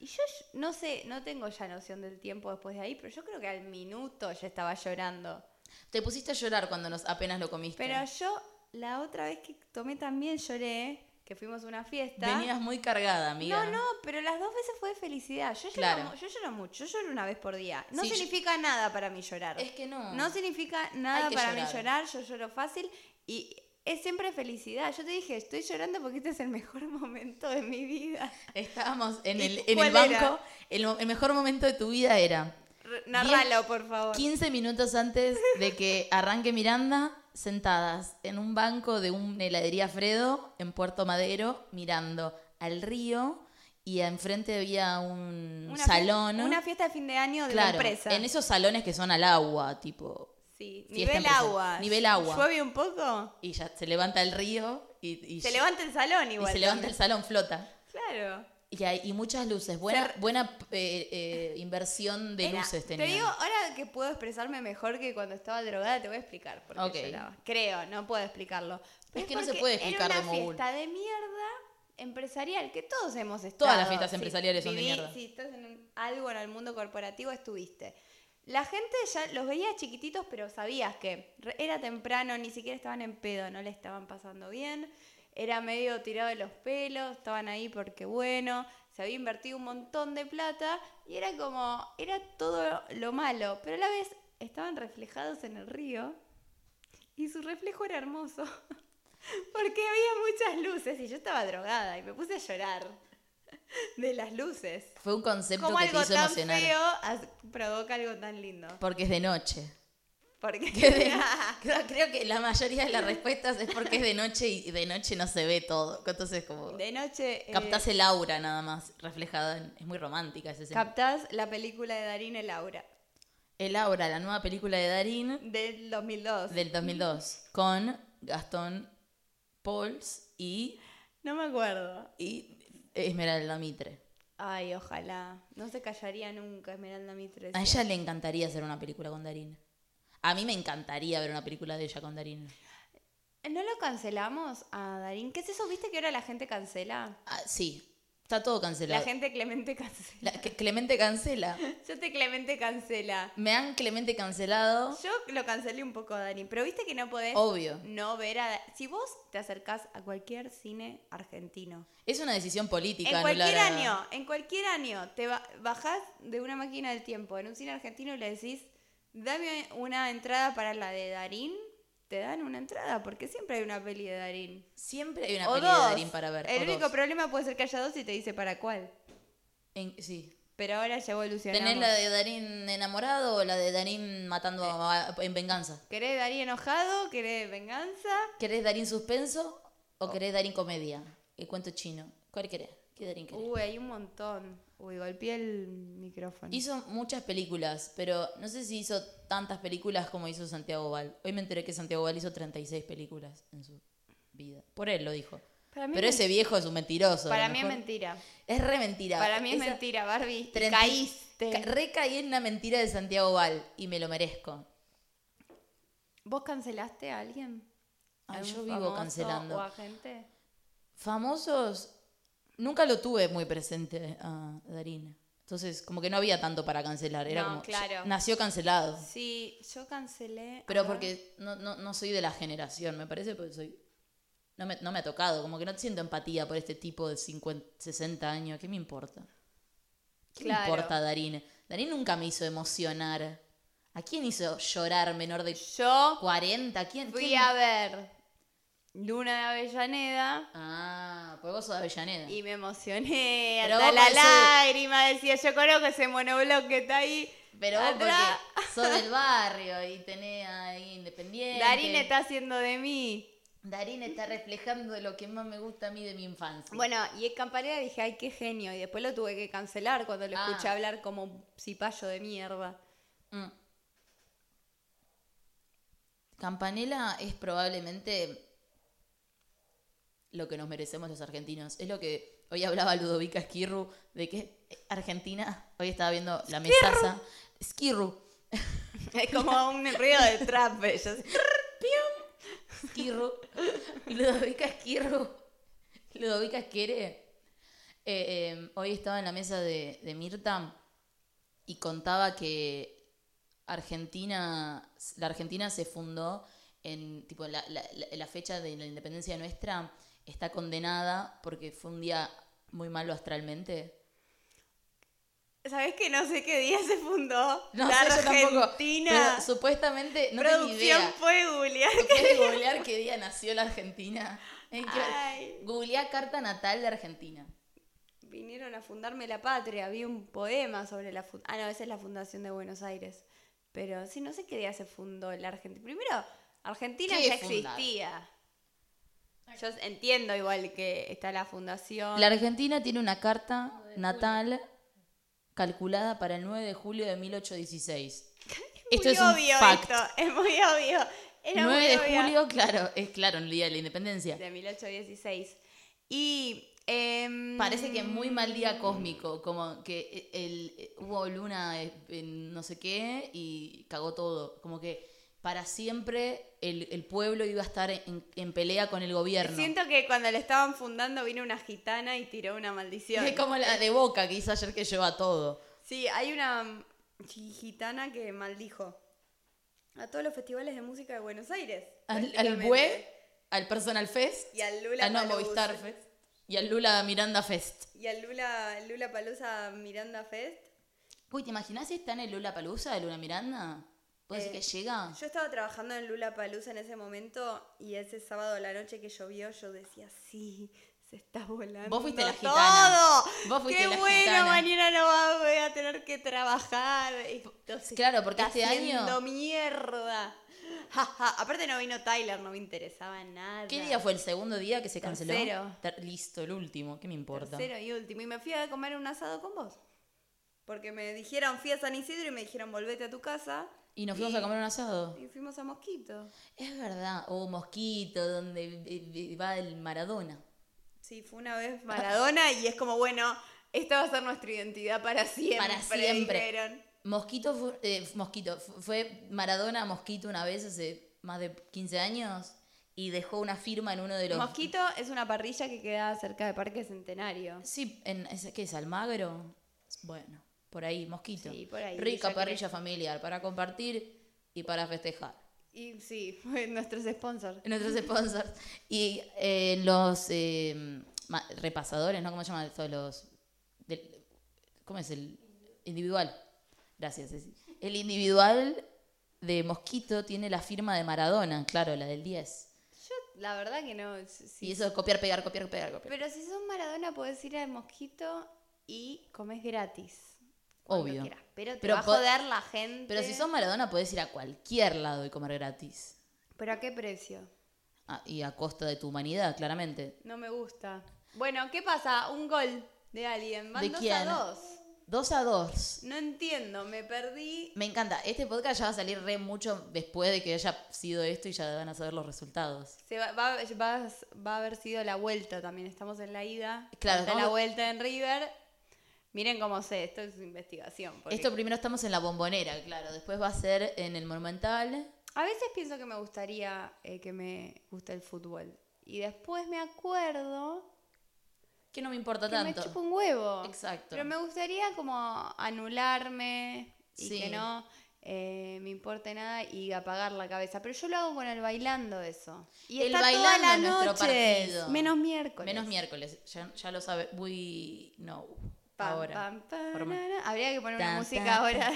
Speaker 2: Y yo ll- no sé, no tengo ya noción del tiempo después de ahí, pero yo creo que al minuto ya estaba llorando.
Speaker 1: Te pusiste a llorar cuando nos, apenas lo comiste.
Speaker 2: Pero yo la otra vez que tomé también lloré, que fuimos a una fiesta.
Speaker 1: Venías muy cargada, amiga.
Speaker 2: No, no, pero las dos veces fue de felicidad. Yo lloro,
Speaker 1: Claro.
Speaker 2: mu- yo lloro mucho, yo lloro una vez por día. No
Speaker 1: Sí, yo-
Speaker 2: significa nada para mí llorar.
Speaker 1: Es que no.
Speaker 2: No significa nada
Speaker 1: Ah. que
Speaker 2: para mí
Speaker 1: llorar.
Speaker 2: llorar, yo lloro fácil y es siempre felicidad. Yo te dije, estoy llorando porque este es el mejor *laughs* momento de mi vida.
Speaker 1: Estábamos en
Speaker 2: ¿Y
Speaker 1: el, en el
Speaker 2: cuál
Speaker 1: banco.
Speaker 2: era?
Speaker 1: El, mo- el mejor momento de tu vida era
Speaker 2: R- Narralo, por favor.
Speaker 1: 15 minutos antes de
Speaker 2: *laughs*
Speaker 1: que arranque Miranda, sentadas en un banco de una heladería Fredo en Puerto Madero, mirando al río y enfrente había un
Speaker 2: Una fie-
Speaker 1: salón.
Speaker 2: Una fiesta de fin de año de
Speaker 1: Claro,
Speaker 2: una empresa.
Speaker 1: en esos salones que son al agua, tipo.
Speaker 2: Sí,
Speaker 1: Fiesta
Speaker 2: nivel
Speaker 1: empresa-
Speaker 2: agua.
Speaker 1: nivel agua.
Speaker 2: Llueve un poco,
Speaker 1: Y ya se levanta el río y, y-
Speaker 2: se levanta el salón
Speaker 1: y
Speaker 2: igual.
Speaker 1: se levanta el salón, flota.
Speaker 2: Claro.
Speaker 1: Y, hay- y muchas luces, buena,
Speaker 2: Se-
Speaker 1: buena eh, eh, inversión de
Speaker 2: Era-
Speaker 1: luces
Speaker 2: Te
Speaker 1: tenía.
Speaker 2: digo, ahora que puedo expresarme mejor que cuando estaba drogada, te voy a explicar por qué
Speaker 1: Ok.
Speaker 2: lloraba. Creo, no puedo explicarlo.
Speaker 1: Es que no se
Speaker 2: porque
Speaker 1: puede explicar de
Speaker 2: Era una
Speaker 1: mogul.
Speaker 2: fiesta de mierda empresarial, que todos hemos estado.
Speaker 1: Todas las fiestas
Speaker 2: Si
Speaker 1: empresariales son de
Speaker 2: viví-
Speaker 1: mierda.
Speaker 2: Si estás en un- algo en el mundo corporativo, estuviste. La gente ya los veía chiquititos, pero sabías que re- era temprano, ni siquiera estaban en pedo, no le estaban pasando bien. Era medio tirado de los pelos, estaban ahí porque bueno, se había invertido un montón de plata y era como, era todo lo malo, pero a la vez estaban reflejados en el río y su reflejo era hermoso, *laughs* porque había muchas luces y yo estaba drogada y me puse a llorar de las luces.
Speaker 1: Fue un concepto
Speaker 2: Como
Speaker 1: que te
Speaker 2: algo
Speaker 1: hizo
Speaker 2: tan
Speaker 1: emocionar.
Speaker 2: feo as- provoca algo tan lindo.
Speaker 1: Porque es de noche. *laughs*
Speaker 2: Porque *laughs*
Speaker 1: Que de- Ah, creo, creo que la mayoría de las respuestas es porque es de noche y de noche no se ve todo. Entonces, como.
Speaker 2: de noche eh,
Speaker 1: Captás el aura nada más reflejada. en- es muy romántica esa escena.
Speaker 2: captás la película de Darín El Aura
Speaker 1: el aura, la nueva película de Darín
Speaker 2: del 2002.
Speaker 1: del 2002. Con Gastón Pauls y,
Speaker 2: No me acuerdo.
Speaker 1: y Esmeralda Mitre.
Speaker 2: Ay, ojalá. No se callaría nunca Esmeralda Mitre.
Speaker 1: A ella le encantaría hacer una película con Darín. A mí me encantaría ver una película de ella con Darín.
Speaker 2: Eh, ¿No lo cancelamos a Darín? ¿Qué es eso? ¿Viste que ahora la gente cancela?
Speaker 1: Ah, sí, está todo
Speaker 2: La
Speaker 1: cancelado.
Speaker 2: gente Clemente *laughs* cancela.
Speaker 1: La- que Clemente cancela.
Speaker 2: Yo te Clemente cancela.
Speaker 1: Me han Clemente cancelado.
Speaker 2: Yo lo cancelé un poco a Darín, pero viste que no podés
Speaker 1: Obvio.
Speaker 2: no ver a... Si vos te acercás a cualquier cine argentino,
Speaker 1: Es una decisión política.
Speaker 2: en
Speaker 1: anular
Speaker 2: cualquier
Speaker 1: a-
Speaker 2: año, en cualquier año, te ba- bajás de una máquina del tiempo en un cine argentino y le decís, dame una entrada para la de Darín, te dan una entrada, porque siempre hay una peli de Darín.
Speaker 1: Siempre hay una
Speaker 2: o
Speaker 1: peli
Speaker 2: dos.
Speaker 1: de Darín para ver.
Speaker 2: El
Speaker 1: o
Speaker 2: único
Speaker 1: dos.
Speaker 2: problema puede ser que haya dos y te dice para cuál.
Speaker 1: En- sí.
Speaker 2: Pero ahora ya evolucionamos.
Speaker 1: ¿Tenés la de Darín enamorado o la de Darín matando a- a- en venganza?
Speaker 2: ¿Querés Darín enojado? ¿Querés venganza?
Speaker 1: ¿Querés Darín suspenso
Speaker 2: Oh.
Speaker 1: o querés Darín comedia? El cuento chino. ¿Cuál querés? ¿Qué Darín querés?
Speaker 2: Uy, hay un montón. Uy, golpeé el micrófono.
Speaker 1: Hizo muchas películas, pero no sé si hizo tantas películas como hizo Santiago Val. Hoy me enteré que Santiago Val hizo 36 películas en su vida. Por él lo dijo.
Speaker 2: Para mí
Speaker 1: Pero
Speaker 2: es
Speaker 1: ese viejo es un mentiroso. a
Speaker 2: Para
Speaker 1: lo
Speaker 2: mí es
Speaker 1: mejor.
Speaker 2: mentira.
Speaker 1: Es re mentira.
Speaker 2: Para mí es
Speaker 1: Esa-
Speaker 2: mentira, Barbie. Y
Speaker 1: 30
Speaker 2: Caíste.
Speaker 1: ca- Recaí en una mentira de Santiago Val y me lo merezco.
Speaker 2: ¿Vos cancelaste a alguien?
Speaker 1: Ay,
Speaker 2: ¿Algún
Speaker 1: yo vivo
Speaker 2: famoso
Speaker 1: cancelando.
Speaker 2: ¿O a gente?
Speaker 1: Famosos, nunca lo tuve muy presente a Darín. Entonces, como que no había tanto para cancelar. Era
Speaker 2: No,
Speaker 1: como,
Speaker 2: claro.
Speaker 1: Nació cancelado.
Speaker 2: Sí, yo cancelé.
Speaker 1: Pero
Speaker 2: a-
Speaker 1: porque no, no, no soy de la generación, me parece, porque soy. No me, no me ha tocado, como que no siento empatía por este tipo de 50, 60 años. ¿Qué me importa? ¿Qué
Speaker 2: Claro.
Speaker 1: me importa Darín? Darín nunca me hizo emocionar. ¿A quién hizo llorar menor de
Speaker 2: Yo
Speaker 1: 40? ¿Quién?
Speaker 2: fui
Speaker 1: quién-
Speaker 2: a ver Luna de Avellaneda
Speaker 1: Ah, pues vos sos de Avellaneda.
Speaker 2: y me emocioné.
Speaker 1: Pero
Speaker 2: hasta
Speaker 1: vos
Speaker 2: la
Speaker 1: parecés-
Speaker 2: lágrima decía, yo conozco ese monobloque que está ahí.
Speaker 1: Pero vos
Speaker 2: atrás.
Speaker 1: porque sos del barrio y tenés ahí independiente.
Speaker 2: Darín está haciendo de mí.
Speaker 1: Darín está reflejando lo que más me gusta a mí de mi infancia.
Speaker 2: Bueno, y en Campanera dije, ay, qué genio. Y después lo tuve que cancelar cuando lo
Speaker 1: Ah.
Speaker 2: escuché hablar como un cipayo de
Speaker 1: *laughs*
Speaker 2: mierda.
Speaker 1: Mm. Campanella es probablemente lo que nos merecemos los argentinos. Es lo que hoy hablaba Ludovica Esquirru de que Argentina, hoy estaba viendo la mesaza. Esquirru.
Speaker 2: Es como un ruido de trap. ellos.
Speaker 1: Esquirru. *laughs* Ludovica Esquirru. Ludovica Esquere. Eh, eh, hoy estaba en la mesa de, de Mirta y contaba que Argentina, la Argentina se fundó en, tipo, la, la- la- la fecha de la independencia nuestra está condenada porque fue un día muy malo astralmente.
Speaker 2: ¿Sabés que no sé qué día se fundó?
Speaker 1: No
Speaker 2: la
Speaker 1: sé, yo tampoco,
Speaker 2: Argentina.
Speaker 1: pero supuestamente, no tengo ni
Speaker 2: Producción
Speaker 1: idea.
Speaker 2: puede googlear.
Speaker 1: ¿Quieres googlear qué día nació la Argentina? ¿En qué hora?
Speaker 2: Ay.
Speaker 1: Googleá carta natal de Argentina.
Speaker 2: *laughs* Vinieron a fundarme la patria. Vi un poema sobre la fundación. Ah, no, esa es la fundación de Buenos Aires. Pero sí, no sé qué día se fundó la Argentina. Primero, Argentina
Speaker 1: ¿Qué
Speaker 2: ya
Speaker 1: es fundar?
Speaker 2: existía. Yo entiendo igual que está la fundación.
Speaker 1: La Argentina tiene una carta natal calculada para el 9 de julio de 1816. Esto
Speaker 2: muy
Speaker 1: es un
Speaker 2: obvio
Speaker 1: fact.
Speaker 2: esto, *laughs* es muy obvio. Era
Speaker 1: 9
Speaker 2: muy
Speaker 1: de
Speaker 2: obvio.
Speaker 1: julio, claro, es claro, el día de la independencia.
Speaker 2: De 1816. Y. em,
Speaker 1: Parece que muy mal día cósmico, como que el, eh, hubo luna eh, en no sé qué y cagó todo. Como que para siempre el, el pueblo iba a estar en, en pelea con el gobierno.
Speaker 2: Siento que cuando le estaban fundando vino una gitana y tiró una maldición.
Speaker 1: Es como la de Boca que hizo ayer que lleva todo.
Speaker 2: Sí, hay una mm, chi- gitana que maldijo a todos los festivales de música de Buenos Aires.
Speaker 1: Al, al
Speaker 2: prácticamente.
Speaker 1: Bue, al Personal Fest,
Speaker 2: Y al Lula
Speaker 1: al no,
Speaker 2: Palus-
Speaker 1: Movistar Fest y al Lula Miranda Fest.
Speaker 2: Y al Lula, Lula Palusa Miranda Fest.
Speaker 1: Uy, ¿te imaginas si está en el Lula Palusa de Luna Miranda? ¿Puede
Speaker 2: Eh,
Speaker 1: decir que llega?
Speaker 2: Yo estaba trabajando en Lula Palusa en ese momento y ese sábado a la noche que llovió yo decía, sí, se está volando.
Speaker 1: Vos fuiste la
Speaker 2: todo.
Speaker 1: gitana. Vos fuiste
Speaker 2: Qué
Speaker 1: la
Speaker 2: bueno,
Speaker 1: gitana".
Speaker 2: mañana no va- voy a tener que trabajar. Esto se
Speaker 1: Claro, porque
Speaker 2: está
Speaker 1: este año-
Speaker 2: haciendo mierda. Ja, ja. Aparte no vino Tyler, no me interesaba nada.
Speaker 1: ¿Qué día fue el segundo día que se canceló?
Speaker 2: Tercero.
Speaker 1: Ter- Listo, el último, ¿qué me importa?
Speaker 2: Tercero y último. Y me fui a comer un asado con vos. Porque me dijeron, fui a San Isidro y me dijeron, volvete a tu casa.
Speaker 1: Y nos fuimos a comer un asado.
Speaker 2: Y fuimos a Mosquito.
Speaker 1: Es verdad, o Mosquito, donde vi- vi- va el Maradona.
Speaker 2: Sí, fue una vez Maradona y es como, bueno, esta va a ser nuestra identidad para siempre.
Speaker 1: Para siempre.
Speaker 2: dijeron.
Speaker 1: Mosquito fue, eh, Mosquito fu- fue Maradona a Mosquito una vez hace más de 15 años y dejó una firma en uno de los...
Speaker 2: Mosquito es una parrilla que queda cerca de Parque Centenario.
Speaker 1: Sí, en, es, ¿qué es? ¿Almagro? Bueno, por ahí, Mosquito.
Speaker 2: Sí, por ahí,
Speaker 1: Rica
Speaker 2: Villa
Speaker 1: parrilla familiar para compartir y para festejar.
Speaker 2: Y sí, *laughs* fue nuestros sponsors.
Speaker 1: Nuestros sponsors. Y eh, los eh, ma- repasadores, ¿no? ¿Cómo se llaman estos? Los. del- ¿Cómo es el individual? Gracias, Ceci. El individual de Mosquito tiene la firma de Maradona, claro, la del 10.
Speaker 2: Yo, la verdad que no. sí.
Speaker 1: Y eso es copiar, pegar, copiar, pegar, copiar.
Speaker 2: Pero si sos Maradona, podés ir al Mosquito y comes gratis. cuando
Speaker 1: Obvio.
Speaker 2: quieras. Eh. Pero te
Speaker 1: Pero
Speaker 2: va a
Speaker 1: po-
Speaker 2: joder la gente.
Speaker 1: Pero si sos Maradona, podés ir a cualquier lado y comer gratis.
Speaker 2: ¿Pero a qué precio?
Speaker 1: Ah, y a costa de tu humanidad, claramente.
Speaker 2: No me gusta. Bueno, ¿qué pasa? Un gol de alguien. Van
Speaker 1: ¿De
Speaker 2: dos
Speaker 1: quién?
Speaker 2: a dos.
Speaker 1: Dos a dos.
Speaker 2: No entiendo, me perdí.
Speaker 1: Me encanta. Este podcast ya va a salir re mucho después de que haya sido esto y ya van a saber los resultados.
Speaker 2: Se va, va, va- va a haber sido la vuelta también. Estamos en la ida.
Speaker 1: Claro,
Speaker 2: Está
Speaker 1: vamos-
Speaker 2: la vuelta en River. Miren cómo sé, esto es investigación. porque-
Speaker 1: Esto primero estamos en la bombonera, claro. Después va a ser en el Monumental.
Speaker 2: A veces pienso que me gustaría eh, que me guste el fútbol. Y después me acuerdo
Speaker 1: Que no me importa
Speaker 2: que me
Speaker 1: tanto.
Speaker 2: chupa un huevo.
Speaker 1: Exacto.
Speaker 2: Pero me gustaría como anularme y
Speaker 1: Sí.
Speaker 2: que no eh, me importe nada y apagar la cabeza. Pero yo lo hago con el bailando eso. Y
Speaker 1: El
Speaker 2: está toda
Speaker 1: bailando
Speaker 2: la
Speaker 1: es nuestro
Speaker 2: noche.
Speaker 1: partido.
Speaker 2: Menos miércoles.
Speaker 1: Menos miércoles. Ya, ya lo sabe. We no.
Speaker 2: Pam,
Speaker 1: Ahora.
Speaker 2: pam, pam,
Speaker 1: Forma.
Speaker 2: na, na. Habría que poner una
Speaker 1: Tan,
Speaker 2: música
Speaker 1: tan,
Speaker 2: ahora.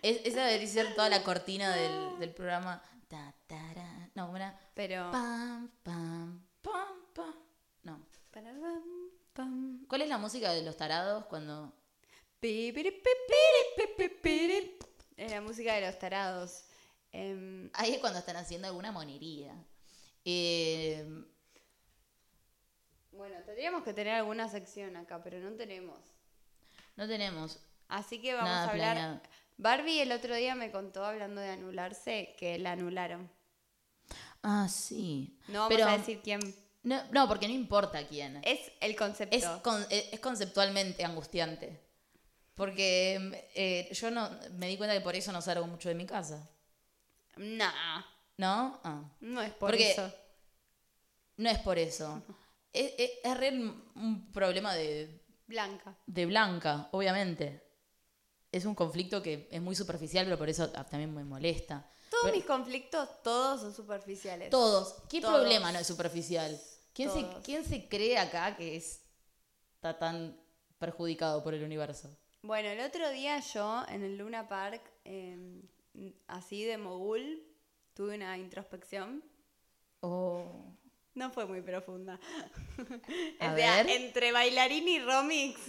Speaker 1: Es- esa debería ser toda la cortina del, del programa. Ta, tará. No, una.
Speaker 2: *laughs* Pero.
Speaker 1: Pam, pam, pam, pam. No.
Speaker 2: Pararán, pam.
Speaker 1: ¿Cuál es la música de los tarados cuando.?
Speaker 2: Pi, piri, pi, piri, pi, pi, piri. Es la música de los tarados. Em,
Speaker 1: Ahí es cuando están haciendo alguna monería. Eh.
Speaker 2: bueno, tendríamos que tener alguna sección acá, pero no tenemos.
Speaker 1: No tenemos.
Speaker 2: Así que vamos
Speaker 1: Nada
Speaker 2: a hablar.
Speaker 1: planeado.
Speaker 2: Barbie el otro día me contó hablando de anularse que la anularon.
Speaker 1: Ah, sí.
Speaker 2: No vamos
Speaker 1: Pero
Speaker 2: a decir quién.
Speaker 1: No, no, porque no importa quién.
Speaker 2: Es el concepto.
Speaker 1: Es, con- eh, es conceptualmente angustiante. Porque mm, eh, yo no me di cuenta que por eso no salgo mucho de mi casa.
Speaker 2: Nah,
Speaker 1: ¿No? Ah.
Speaker 2: no es por
Speaker 1: Porque-
Speaker 2: eso.
Speaker 1: No es por eso. Es, es- es re un- un problema de,
Speaker 2: Blanca.
Speaker 1: de Blanca, obviamente. Es un conflicto que es muy superficial, pero por eso ah, también me molesta.
Speaker 2: Todos
Speaker 1: Pero-
Speaker 2: mis conflictos, todos son superficiales.
Speaker 1: Todos. ¿Qué
Speaker 2: Todos.
Speaker 1: problema no es superficial? ¿Quién se,
Speaker 2: Todos.
Speaker 1: ¿Quién se cree acá que es, está tan perjudicado por el universo?
Speaker 2: Bueno, el otro día yo en el Luna Park, eh, así de mogul, tuve una introspección.
Speaker 1: Oh.
Speaker 2: No fue muy profunda.
Speaker 1: *laughs* A
Speaker 2: o sea,
Speaker 1: ver.
Speaker 2: entre bailarín y romix,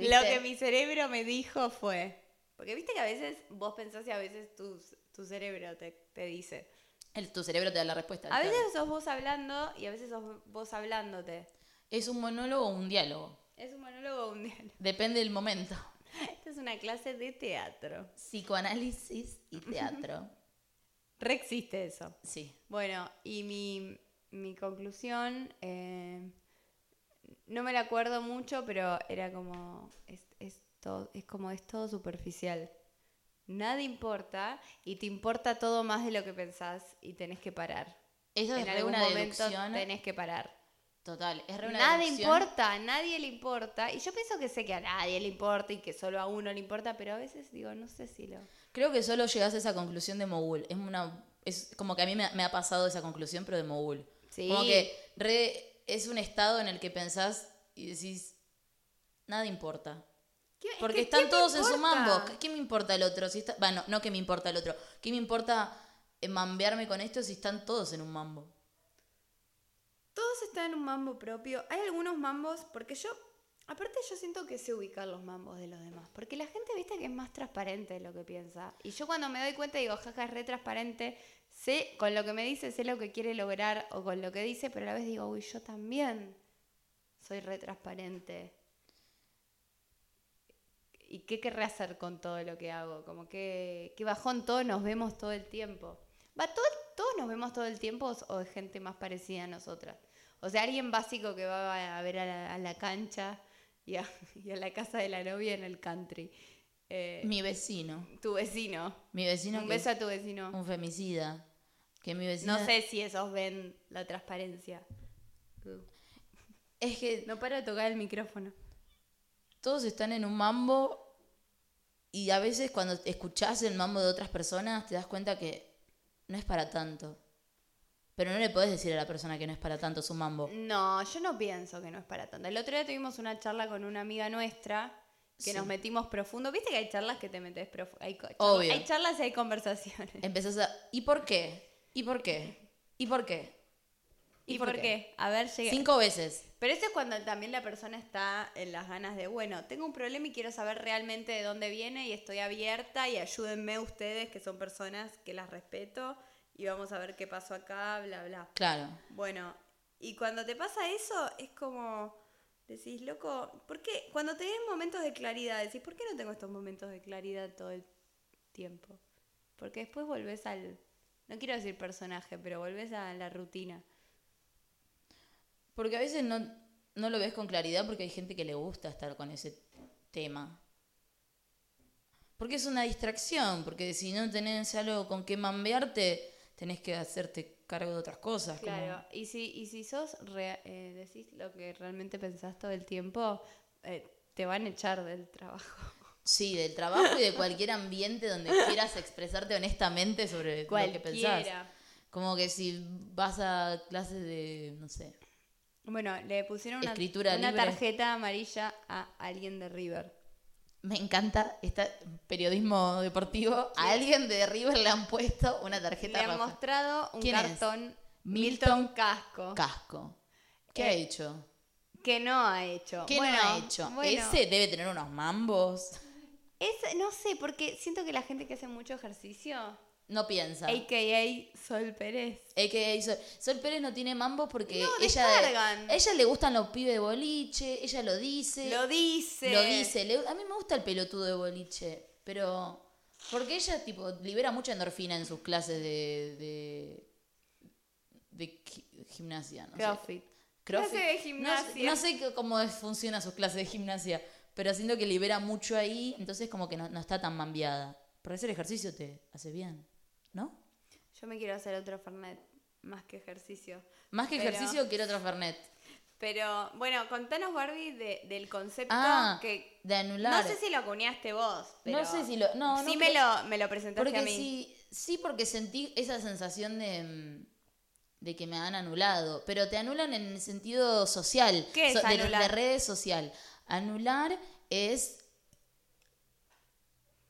Speaker 2: lo que mi cerebro me dijo fue. Porque viste que a veces vos pensás y a veces tu, tu cerebro te, te dice.
Speaker 1: El- tu cerebro te da la respuesta.
Speaker 2: A
Speaker 1: claro.
Speaker 2: veces sos vos hablando y a veces sos vos hablándote.
Speaker 1: ¿Es un monólogo o un diálogo?
Speaker 2: Es un monólogo o un diálogo.
Speaker 1: Depende del momento.
Speaker 2: *laughs* Esta es una clase de teatro.
Speaker 1: Psicoanálisis y teatro.
Speaker 2: Re existe eso.
Speaker 1: Sí.
Speaker 2: Bueno, y mi, mi conclusión, eh, no me la acuerdo mucho, pero era como, es, es todo, es como es todo superficial. Nada importa y te importa todo más de lo que pensás y tenés que parar.
Speaker 1: Eso es
Speaker 2: en
Speaker 1: re
Speaker 2: algún
Speaker 1: una
Speaker 2: momento
Speaker 1: deducción.
Speaker 2: tenés que parar.
Speaker 1: Total. Es re una
Speaker 2: Nada
Speaker 1: deducción.
Speaker 2: importa, a nadie le importa. Y yo pienso que sé que a nadie le importa y que solo a uno le importa, pero a veces digo, no sé si lo...
Speaker 1: Creo que solo llegas a esa conclusión de Mogul. Es una. Es como que a mí me, me ha pasado esa conclusión, pero de Mogul.
Speaker 2: Sí.
Speaker 1: Como que re- es un estado en el que pensás y decís. Nada importa.
Speaker 2: ¿Qué- es
Speaker 1: Porque
Speaker 2: que
Speaker 1: están
Speaker 2: ¿qué te
Speaker 1: todos en su
Speaker 2: importa?
Speaker 1: mambo. ¿Qué- ¿Qué me importa el otro? Si está... Bueno, no que me importa el otro. ¿Qué me importa eh, mambearme con esto si están todos en un mambo?
Speaker 2: Todos están en un mambo propio. Hay algunos mambos, porque yo, aparte yo siento que sé ubicar los mambos de los demás. Porque la gente, viste, que es más transparente de lo que piensa. Y yo cuando me doy cuenta digo, jaja, es re transparente. Sé, con lo que me dice, sé lo que quiere lograr o con lo que dice, pero a la vez digo, uy, yo también soy re transparente. ¿Y qué querré hacer con todo lo que hago? Como que, que bajón todos nos vemos todo el tiempo. Va, todo, todos nos vemos todo el tiempo o es gente más parecida a nosotras. O sea, alguien básico que va a ver a la, a la cancha y a, *laughs* y a la casa de la novia en el country. Eh,
Speaker 1: Mi vecino.
Speaker 2: tu vecino.
Speaker 1: Mi vecino
Speaker 2: Un
Speaker 1: que
Speaker 2: beso
Speaker 1: es
Speaker 2: a tu vecino.
Speaker 1: un femicida. Que mi vecino.
Speaker 2: No sé si esos ven la transparencia.
Speaker 1: Es que
Speaker 2: No paro de tocar el micrófono.
Speaker 1: todos están en un mambo y a veces cuando escuchás el mambo de otras personas te das cuenta que no es para tanto. Pero no le podés decir a la persona que no es para tanto su mambo.
Speaker 2: No, yo no pienso que no es para tanto. El otro día tuvimos una charla con una amiga nuestra que
Speaker 1: Sí.
Speaker 2: nos metimos profundo. Viste que hay charlas que te metes profundo. Hay, co- charla-
Speaker 1: Obvio.
Speaker 2: hay charlas y
Speaker 1: *laughs*
Speaker 2: hay conversaciones.
Speaker 1: Empezás a... ¿Y por qué? ¿Y por qué? ¿Y por qué?
Speaker 2: ¿Y, por qué? A ver, llegué.
Speaker 1: Cinco veces.
Speaker 2: Pero eso es cuando también la persona está en las ganas de, bueno, tengo un problema y quiero saber realmente de dónde viene y estoy abierta y ayúdenme ustedes, que son personas que las respeto y vamos a ver qué pasó acá, bla, bla.
Speaker 1: Claro.
Speaker 2: Bueno, y cuando te pasa eso, es como decís, loco, ¿por qué? Cuando tenés momentos de claridad, decís, ¿por qué no tengo estos momentos de claridad todo el tiempo? Porque después volvés al, no quiero decir personaje, pero volvés a la rutina.
Speaker 1: Porque a veces no, no lo ves con claridad porque hay gente que le gusta estar con ese tema. Porque es una distracción, porque si no tenés algo con qué mambearte, tenés que hacerte cargo de otras cosas. como-
Speaker 2: Claro, y si, y si sos, rea- eh, decís lo que realmente pensás todo el tiempo, eh, te van a echar del trabajo.
Speaker 1: *laughs* Sí, del trabajo y de cualquier ambiente donde quieras expresarte honestamente sobre lo que pensás.
Speaker 2: Cualquiera.
Speaker 1: Como que si vas a clases de, no sé,
Speaker 2: Bueno, le pusieron una,
Speaker 1: Escritura
Speaker 2: una
Speaker 1: libre.
Speaker 2: tarjeta amarilla a alguien de River.
Speaker 1: me encanta este periodismo deportivo, a alguien de River le han puesto una tarjeta
Speaker 2: Le han
Speaker 1: roja.
Speaker 2: mostrado un
Speaker 1: ¿Quién es?
Speaker 2: cartón Milton,
Speaker 1: Milton
Speaker 2: Casco
Speaker 1: casco. ¿Qué
Speaker 2: Eh,
Speaker 1: ha hecho?
Speaker 2: que no ha hecho.
Speaker 1: ¿Qué
Speaker 2: Bueno,
Speaker 1: no ha hecho?
Speaker 2: bueno,
Speaker 1: Ese debe tener unos mambos.
Speaker 2: es- no sé, porque siento que la gente que hace mucho ejercicio,
Speaker 1: No piensa.
Speaker 2: a.k.a. Sol Pérez.
Speaker 1: AKA Sol. Sol Pérez no tiene mambos porque
Speaker 2: No,
Speaker 1: ella,
Speaker 2: descargan.
Speaker 1: a ella le gustan los pibes de boliche, ella lo dice.
Speaker 2: Lo dice.
Speaker 1: Lo dice. le- a mí me gusta el pelotudo de boliche, pero porque ella tipo libera mucha endorfina en sus clases de, de, de gi- gimnasia, no sé.
Speaker 2: CrossFit.
Speaker 1: CrossFit.
Speaker 2: Clase de
Speaker 1: No sé-
Speaker 2: gimnasia.
Speaker 1: No sé, qué- cómo es- funciona su clase de gimnasia, pero siento que libera mucho ahí, entonces como que no, no está tan mambiada. Porque hacer ejercicio te hace bien, ¿no?
Speaker 2: Yo me quiero hacer otro Fernet, más que ejercicio.
Speaker 1: Más que
Speaker 2: Pero-
Speaker 1: ejercicio, quiero otro Fernet.
Speaker 2: Pero bueno, contanos Barbie de- del concepto
Speaker 1: Ah,
Speaker 2: que...
Speaker 1: de
Speaker 2: No
Speaker 1: anular.
Speaker 2: sé si lo acuñaste vos, pero...
Speaker 1: No sé si lo- no, no
Speaker 2: sí me,
Speaker 1: creo-
Speaker 2: lo, me lo presentaste
Speaker 1: Porque
Speaker 2: a mí.
Speaker 1: sí, sí, porque sentí esa sensación de, mm, de que me han anulado, pero te anulan en el sentido social,
Speaker 2: ¿Qué es
Speaker 1: de- de,
Speaker 2: anular?
Speaker 1: redes social. Anular es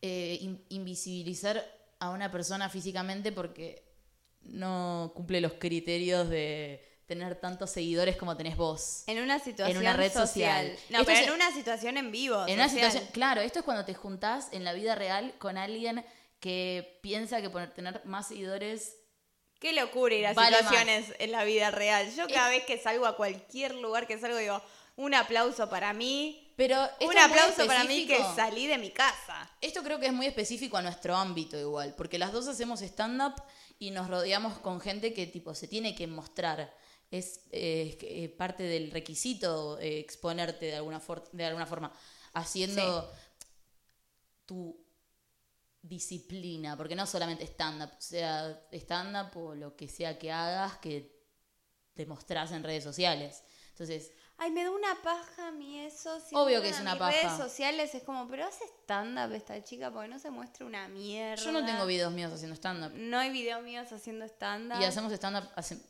Speaker 1: eh, in- invisibilizar a una persona físicamente porque no cumple los criterios de tener tantos seguidores como tenés vos.
Speaker 2: En una situación
Speaker 1: red
Speaker 2: social.
Speaker 1: social.
Speaker 2: No,
Speaker 1: Esto
Speaker 2: pero
Speaker 1: es-
Speaker 2: en una situación en vivo.
Speaker 1: En una
Speaker 2: social.
Speaker 1: situación, claro, esto es cuando te juntás en la vida real con alguien que piensa que por tener más seguidores
Speaker 2: Qué locura ir a
Speaker 1: Vale
Speaker 2: situaciones en la vida real. Yo cada vez que salgo a cualquier lugar que salgo digo, un aplauso para mí.
Speaker 1: Pero esto
Speaker 2: Un
Speaker 1: es muy
Speaker 2: aplauso para mí que
Speaker 1: específico.
Speaker 2: salí de mi casa.
Speaker 1: Esto creo que es muy específico a nuestro ámbito igual, porque las dos hacemos stand-up y nos rodeamos con gente que tipo se tiene que mostrar. Es eh, eh, parte del requisito eh, exponerte de alguna, for- de alguna forma, haciendo tu disciplina, porque no solamente stand-up, sea stand-up o lo que sea que hagas que te mostrás en redes sociales. Entonces,
Speaker 2: Ay, me da una paja a mí eso. Si
Speaker 1: Obvio
Speaker 2: entran
Speaker 1: que es
Speaker 2: a
Speaker 1: una
Speaker 2: mis
Speaker 1: paja.
Speaker 2: redes sociales es como, pero hace stand-up esta chica porque no se muestra una mierda.
Speaker 1: yo no tengo videos míos haciendo stand-up.
Speaker 2: No hay videos míos haciendo stand-up.
Speaker 1: Y hacemos stand-up hace un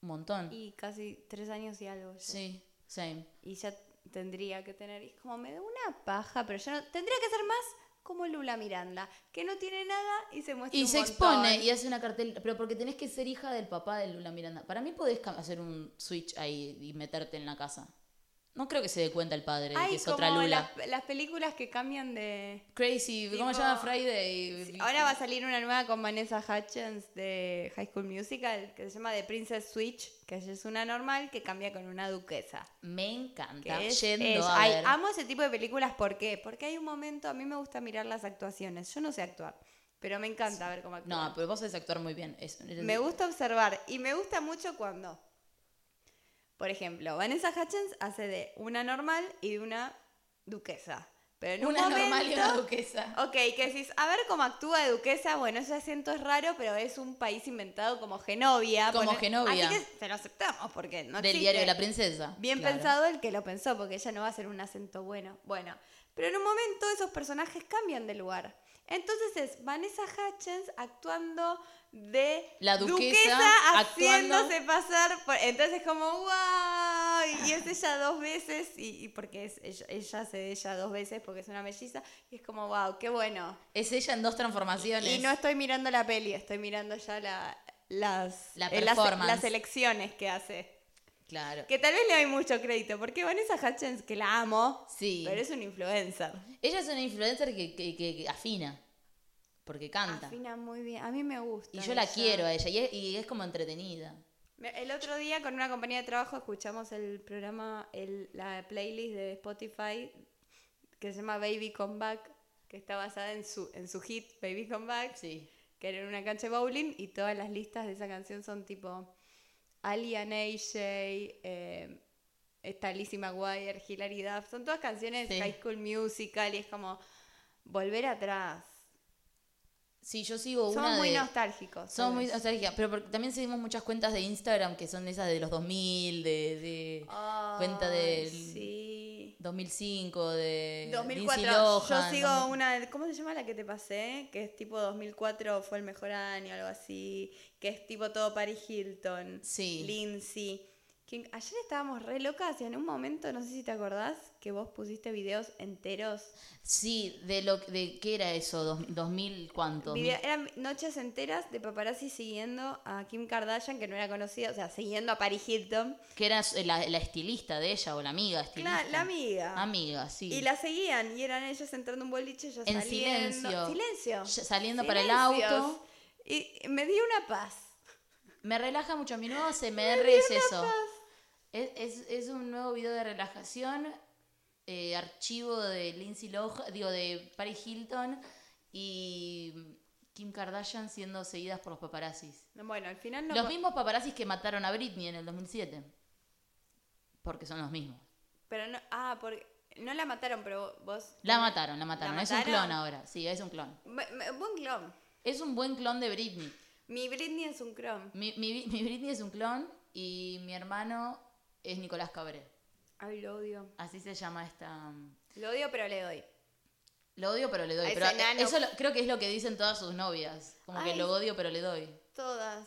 Speaker 1: montón.
Speaker 2: Y casi tres años y algo. ya.
Speaker 1: Sí, same.
Speaker 2: Y ya tendría que tener. Y es como, me da una paja, pero yo no. Tendría que ser más como Lula Miranda, que no tiene nada y se muestra
Speaker 1: Y
Speaker 2: un
Speaker 1: se
Speaker 2: montón.
Speaker 1: expone y hace una cartel, pero porque tenés que ser hija del papá de Lula Miranda. Para mí podés cam- hacer un switch ahí y meterte en la casa. No creo que se dé cuenta el padre de
Speaker 2: Ay,
Speaker 1: que es otra
Speaker 2: como
Speaker 1: Lula.
Speaker 2: Las, las películas que cambian de.
Speaker 1: Crazy, ¿cómo se
Speaker 2: Tipo-
Speaker 1: llama Friday?
Speaker 2: Ahora va a salir una nueva con Vanessa Hutchins de High School Musical que se llama The Princess Switch, que ella es una normal que cambia con una duquesa.
Speaker 1: Me
Speaker 2: que
Speaker 1: encanta.
Speaker 2: es
Speaker 1: Yendo
Speaker 2: ella.
Speaker 1: a
Speaker 2: Ay,
Speaker 1: ver.
Speaker 2: amo ese tipo de películas, ¿por qué? Porque hay un momento, a mí me gusta mirar las actuaciones. Yo no sé actuar, pero me encanta ver cómo actúan.
Speaker 1: No, pero vos sabés actuar muy bien. Es-
Speaker 2: Me gusta observar y me gusta mucho cuando, por ejemplo, Vanessa Hutchins hace de una normal y de una duquesa. Pero en un
Speaker 1: Una
Speaker 2: momento,
Speaker 1: normal y una duquesa.
Speaker 2: Ok, que decís, a ver cómo actúa de duquesa, bueno, ese acento es raro, pero es un país inventado como Genovia.
Speaker 1: Como
Speaker 2: poner-
Speaker 1: Genovia.
Speaker 2: Así que se lo aceptamos, porque no
Speaker 1: Del
Speaker 2: existe.
Speaker 1: diario de la princesa.
Speaker 2: Bien
Speaker 1: claro.
Speaker 2: pensado el que lo pensó, porque ella no va a hacer un acento bueno. Bueno, pero en un momento esos personajes cambian de lugar. Entonces es Vanessa Hutchins actuando de
Speaker 1: La duquesa actuando-
Speaker 2: haciéndose pasar por... Entonces como, wow, y es ella dos veces, y, y porque es ella, ella hace de ella dos veces porque es una melliza, y es como, wow, qué bueno.
Speaker 1: Es ella en dos transformaciones.
Speaker 2: Y no estoy mirando la peli, estoy mirando ya la- las,
Speaker 1: La
Speaker 2: eh, las,
Speaker 1: performance.
Speaker 2: las elecciones que hace.
Speaker 1: Claro.
Speaker 2: Que tal vez le doy mucho crédito, porque Vanessa Hutchins, que la amo,
Speaker 1: Sí.
Speaker 2: pero es un influencer.
Speaker 1: Ella es una influencer que, que- que- que afina, porque canta.
Speaker 2: Afina muy bien, a mí me gusta.
Speaker 1: Y yo la
Speaker 2: ella.
Speaker 1: quiero eh. a ella, y es, y es como entretenida.
Speaker 2: Me- El otro día con una compañía de trabajo escuchamos el programa, el- la playlist de Spotify que se llama Baby Come Back, que está basada en su, en su hit Baby Come Back,
Speaker 1: Sí.
Speaker 2: que era en una cancha de bowling, y todas las listas de esa canción son tipo Alien AJ, eh, está Lizzie McGuire, Hilary Duff, son todas canciones
Speaker 1: Sí.
Speaker 2: de High School Musical y es como volver atrás.
Speaker 1: Sí, yo sigo
Speaker 2: Somos
Speaker 1: una
Speaker 2: muy
Speaker 1: de...
Speaker 2: nostálgicos.
Speaker 1: Somos muy
Speaker 2: todos.
Speaker 1: nostálgicas, pero porque también seguimos muchas cuentas de Instagram que son esas de los 2000, de, de cuenta
Speaker 2: Ay,
Speaker 1: del
Speaker 2: Sí.
Speaker 1: 2005, de Eh, Lindsay
Speaker 2: 2004. Yo
Speaker 1: Lohan,
Speaker 2: sigo
Speaker 1: 2000.
Speaker 2: una, de- ¿cómo se llama la que te pasé? Que es tipo 2004 fue el mejor año, algo así. Que es tipo todo Paris Hilton,
Speaker 1: Sí.
Speaker 2: Lindsay. Que ayer estábamos re locas y en un momento, no sé si te acordás, que vos pusiste videos enteros.
Speaker 1: Sí, de lo de qué era eso, Dos- 2000 cuánto.
Speaker 2: Video- eran noches enteras de paparazzi siguiendo a Kim Kardashian, que no era conocida, o sea, siguiendo a Paris Hilton.
Speaker 1: Que era la, la estilista de ella o la amiga estilista.
Speaker 2: Claro, la amiga.
Speaker 1: Amiga, sí.
Speaker 2: Y la seguían y eran ellos entrando a un boliche, ellos
Speaker 1: En
Speaker 2: saliendo.
Speaker 1: silencio. Ya-
Speaker 2: Silencio.
Speaker 1: saliendo para el
Speaker 2: Silencios.
Speaker 1: auto.
Speaker 2: Y me dio una paz.
Speaker 1: Me relaja mucho, mi nuevo CMR es eso. Es, es- es un nuevo video de relajación, eh, archivo de Lindsay Lohan, digo, de Paris Hilton y Kim Kardashian siendo seguidas por los paparazzis.
Speaker 2: Bueno, pues- al final no.
Speaker 1: los
Speaker 2: co-
Speaker 1: mismos paparazzis que mataron a Britney en el 2007. Porque son los mismos.
Speaker 2: Pero no. Ah, porque. No la mataron, pero vos.
Speaker 1: La mataron, la mataron. Es un
Speaker 2: mataron?
Speaker 1: clon ahora. Sí, es un clon.
Speaker 2: Bu- me- Buen clon.
Speaker 1: Es un buen clon de Britney.
Speaker 2: Mi Britney es un clon.
Speaker 1: Mi, mi- mi Britney es un clon y mi hermano es Nicolás Cabré.
Speaker 2: Ay, lo odio.
Speaker 1: Así se llama esta.
Speaker 2: Lo odio, pero le doy.
Speaker 1: Lo odio pero le doy.
Speaker 2: A
Speaker 1: Pero eh,
Speaker 2: ese nano.
Speaker 1: eso lo- creo que es lo que dicen todas sus novias. Como que
Speaker 2: Ay.
Speaker 1: lo odio pero le doy.
Speaker 2: Todas.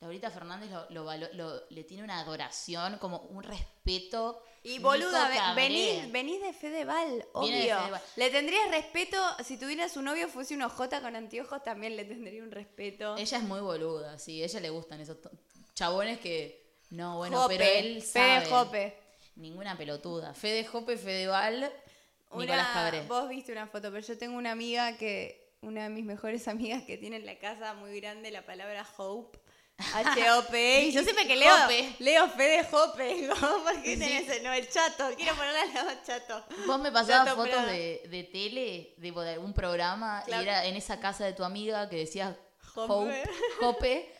Speaker 1: Laurita Fernández lo, lo valo- lo- le tiene una adoración, como un respeto.
Speaker 2: Y
Speaker 1: Nico
Speaker 2: boluda, ve-
Speaker 1: Cabré.
Speaker 2: venís, venís de Fedeval, obvio.
Speaker 1: Viene de Fedeval.
Speaker 2: Le tendrías respeto, si tuviera su novio fuese un ojota con anteojos, también le tendría un respeto.
Speaker 1: Ella es muy boluda, sí. A ella le gustan esos to- chabones que. No, bueno,
Speaker 2: Jope,
Speaker 1: pero él sabe.
Speaker 2: Fede Jope.
Speaker 1: Ninguna pelotuda. Fede Jope, Fedeval,
Speaker 2: Una-
Speaker 1: Nicolás Cabré.
Speaker 2: Vos viste una foto, pero yo tengo una amiga que, una de mis mejores amigas que tiene en la casa muy grande la palabra hope.
Speaker 1: *laughs*
Speaker 2: H-O-P. Y yo siempre que leo,
Speaker 1: Jope.
Speaker 2: leo Fede *laughs* Jope. ¿no? ¿Por qué
Speaker 1: Sí.
Speaker 2: tenés el- no, el chato? Quiero ponerle al lado chato.
Speaker 1: Vos
Speaker 2: *laughs*
Speaker 1: me pasabas
Speaker 2: Dato
Speaker 1: fotos
Speaker 2: Prada.
Speaker 1: de, de tele, de, de algún programa,
Speaker 2: Claro.
Speaker 1: y era en esa casa de tu amiga que decía
Speaker 2: Jope. *laughs*
Speaker 1: Hope, Jope,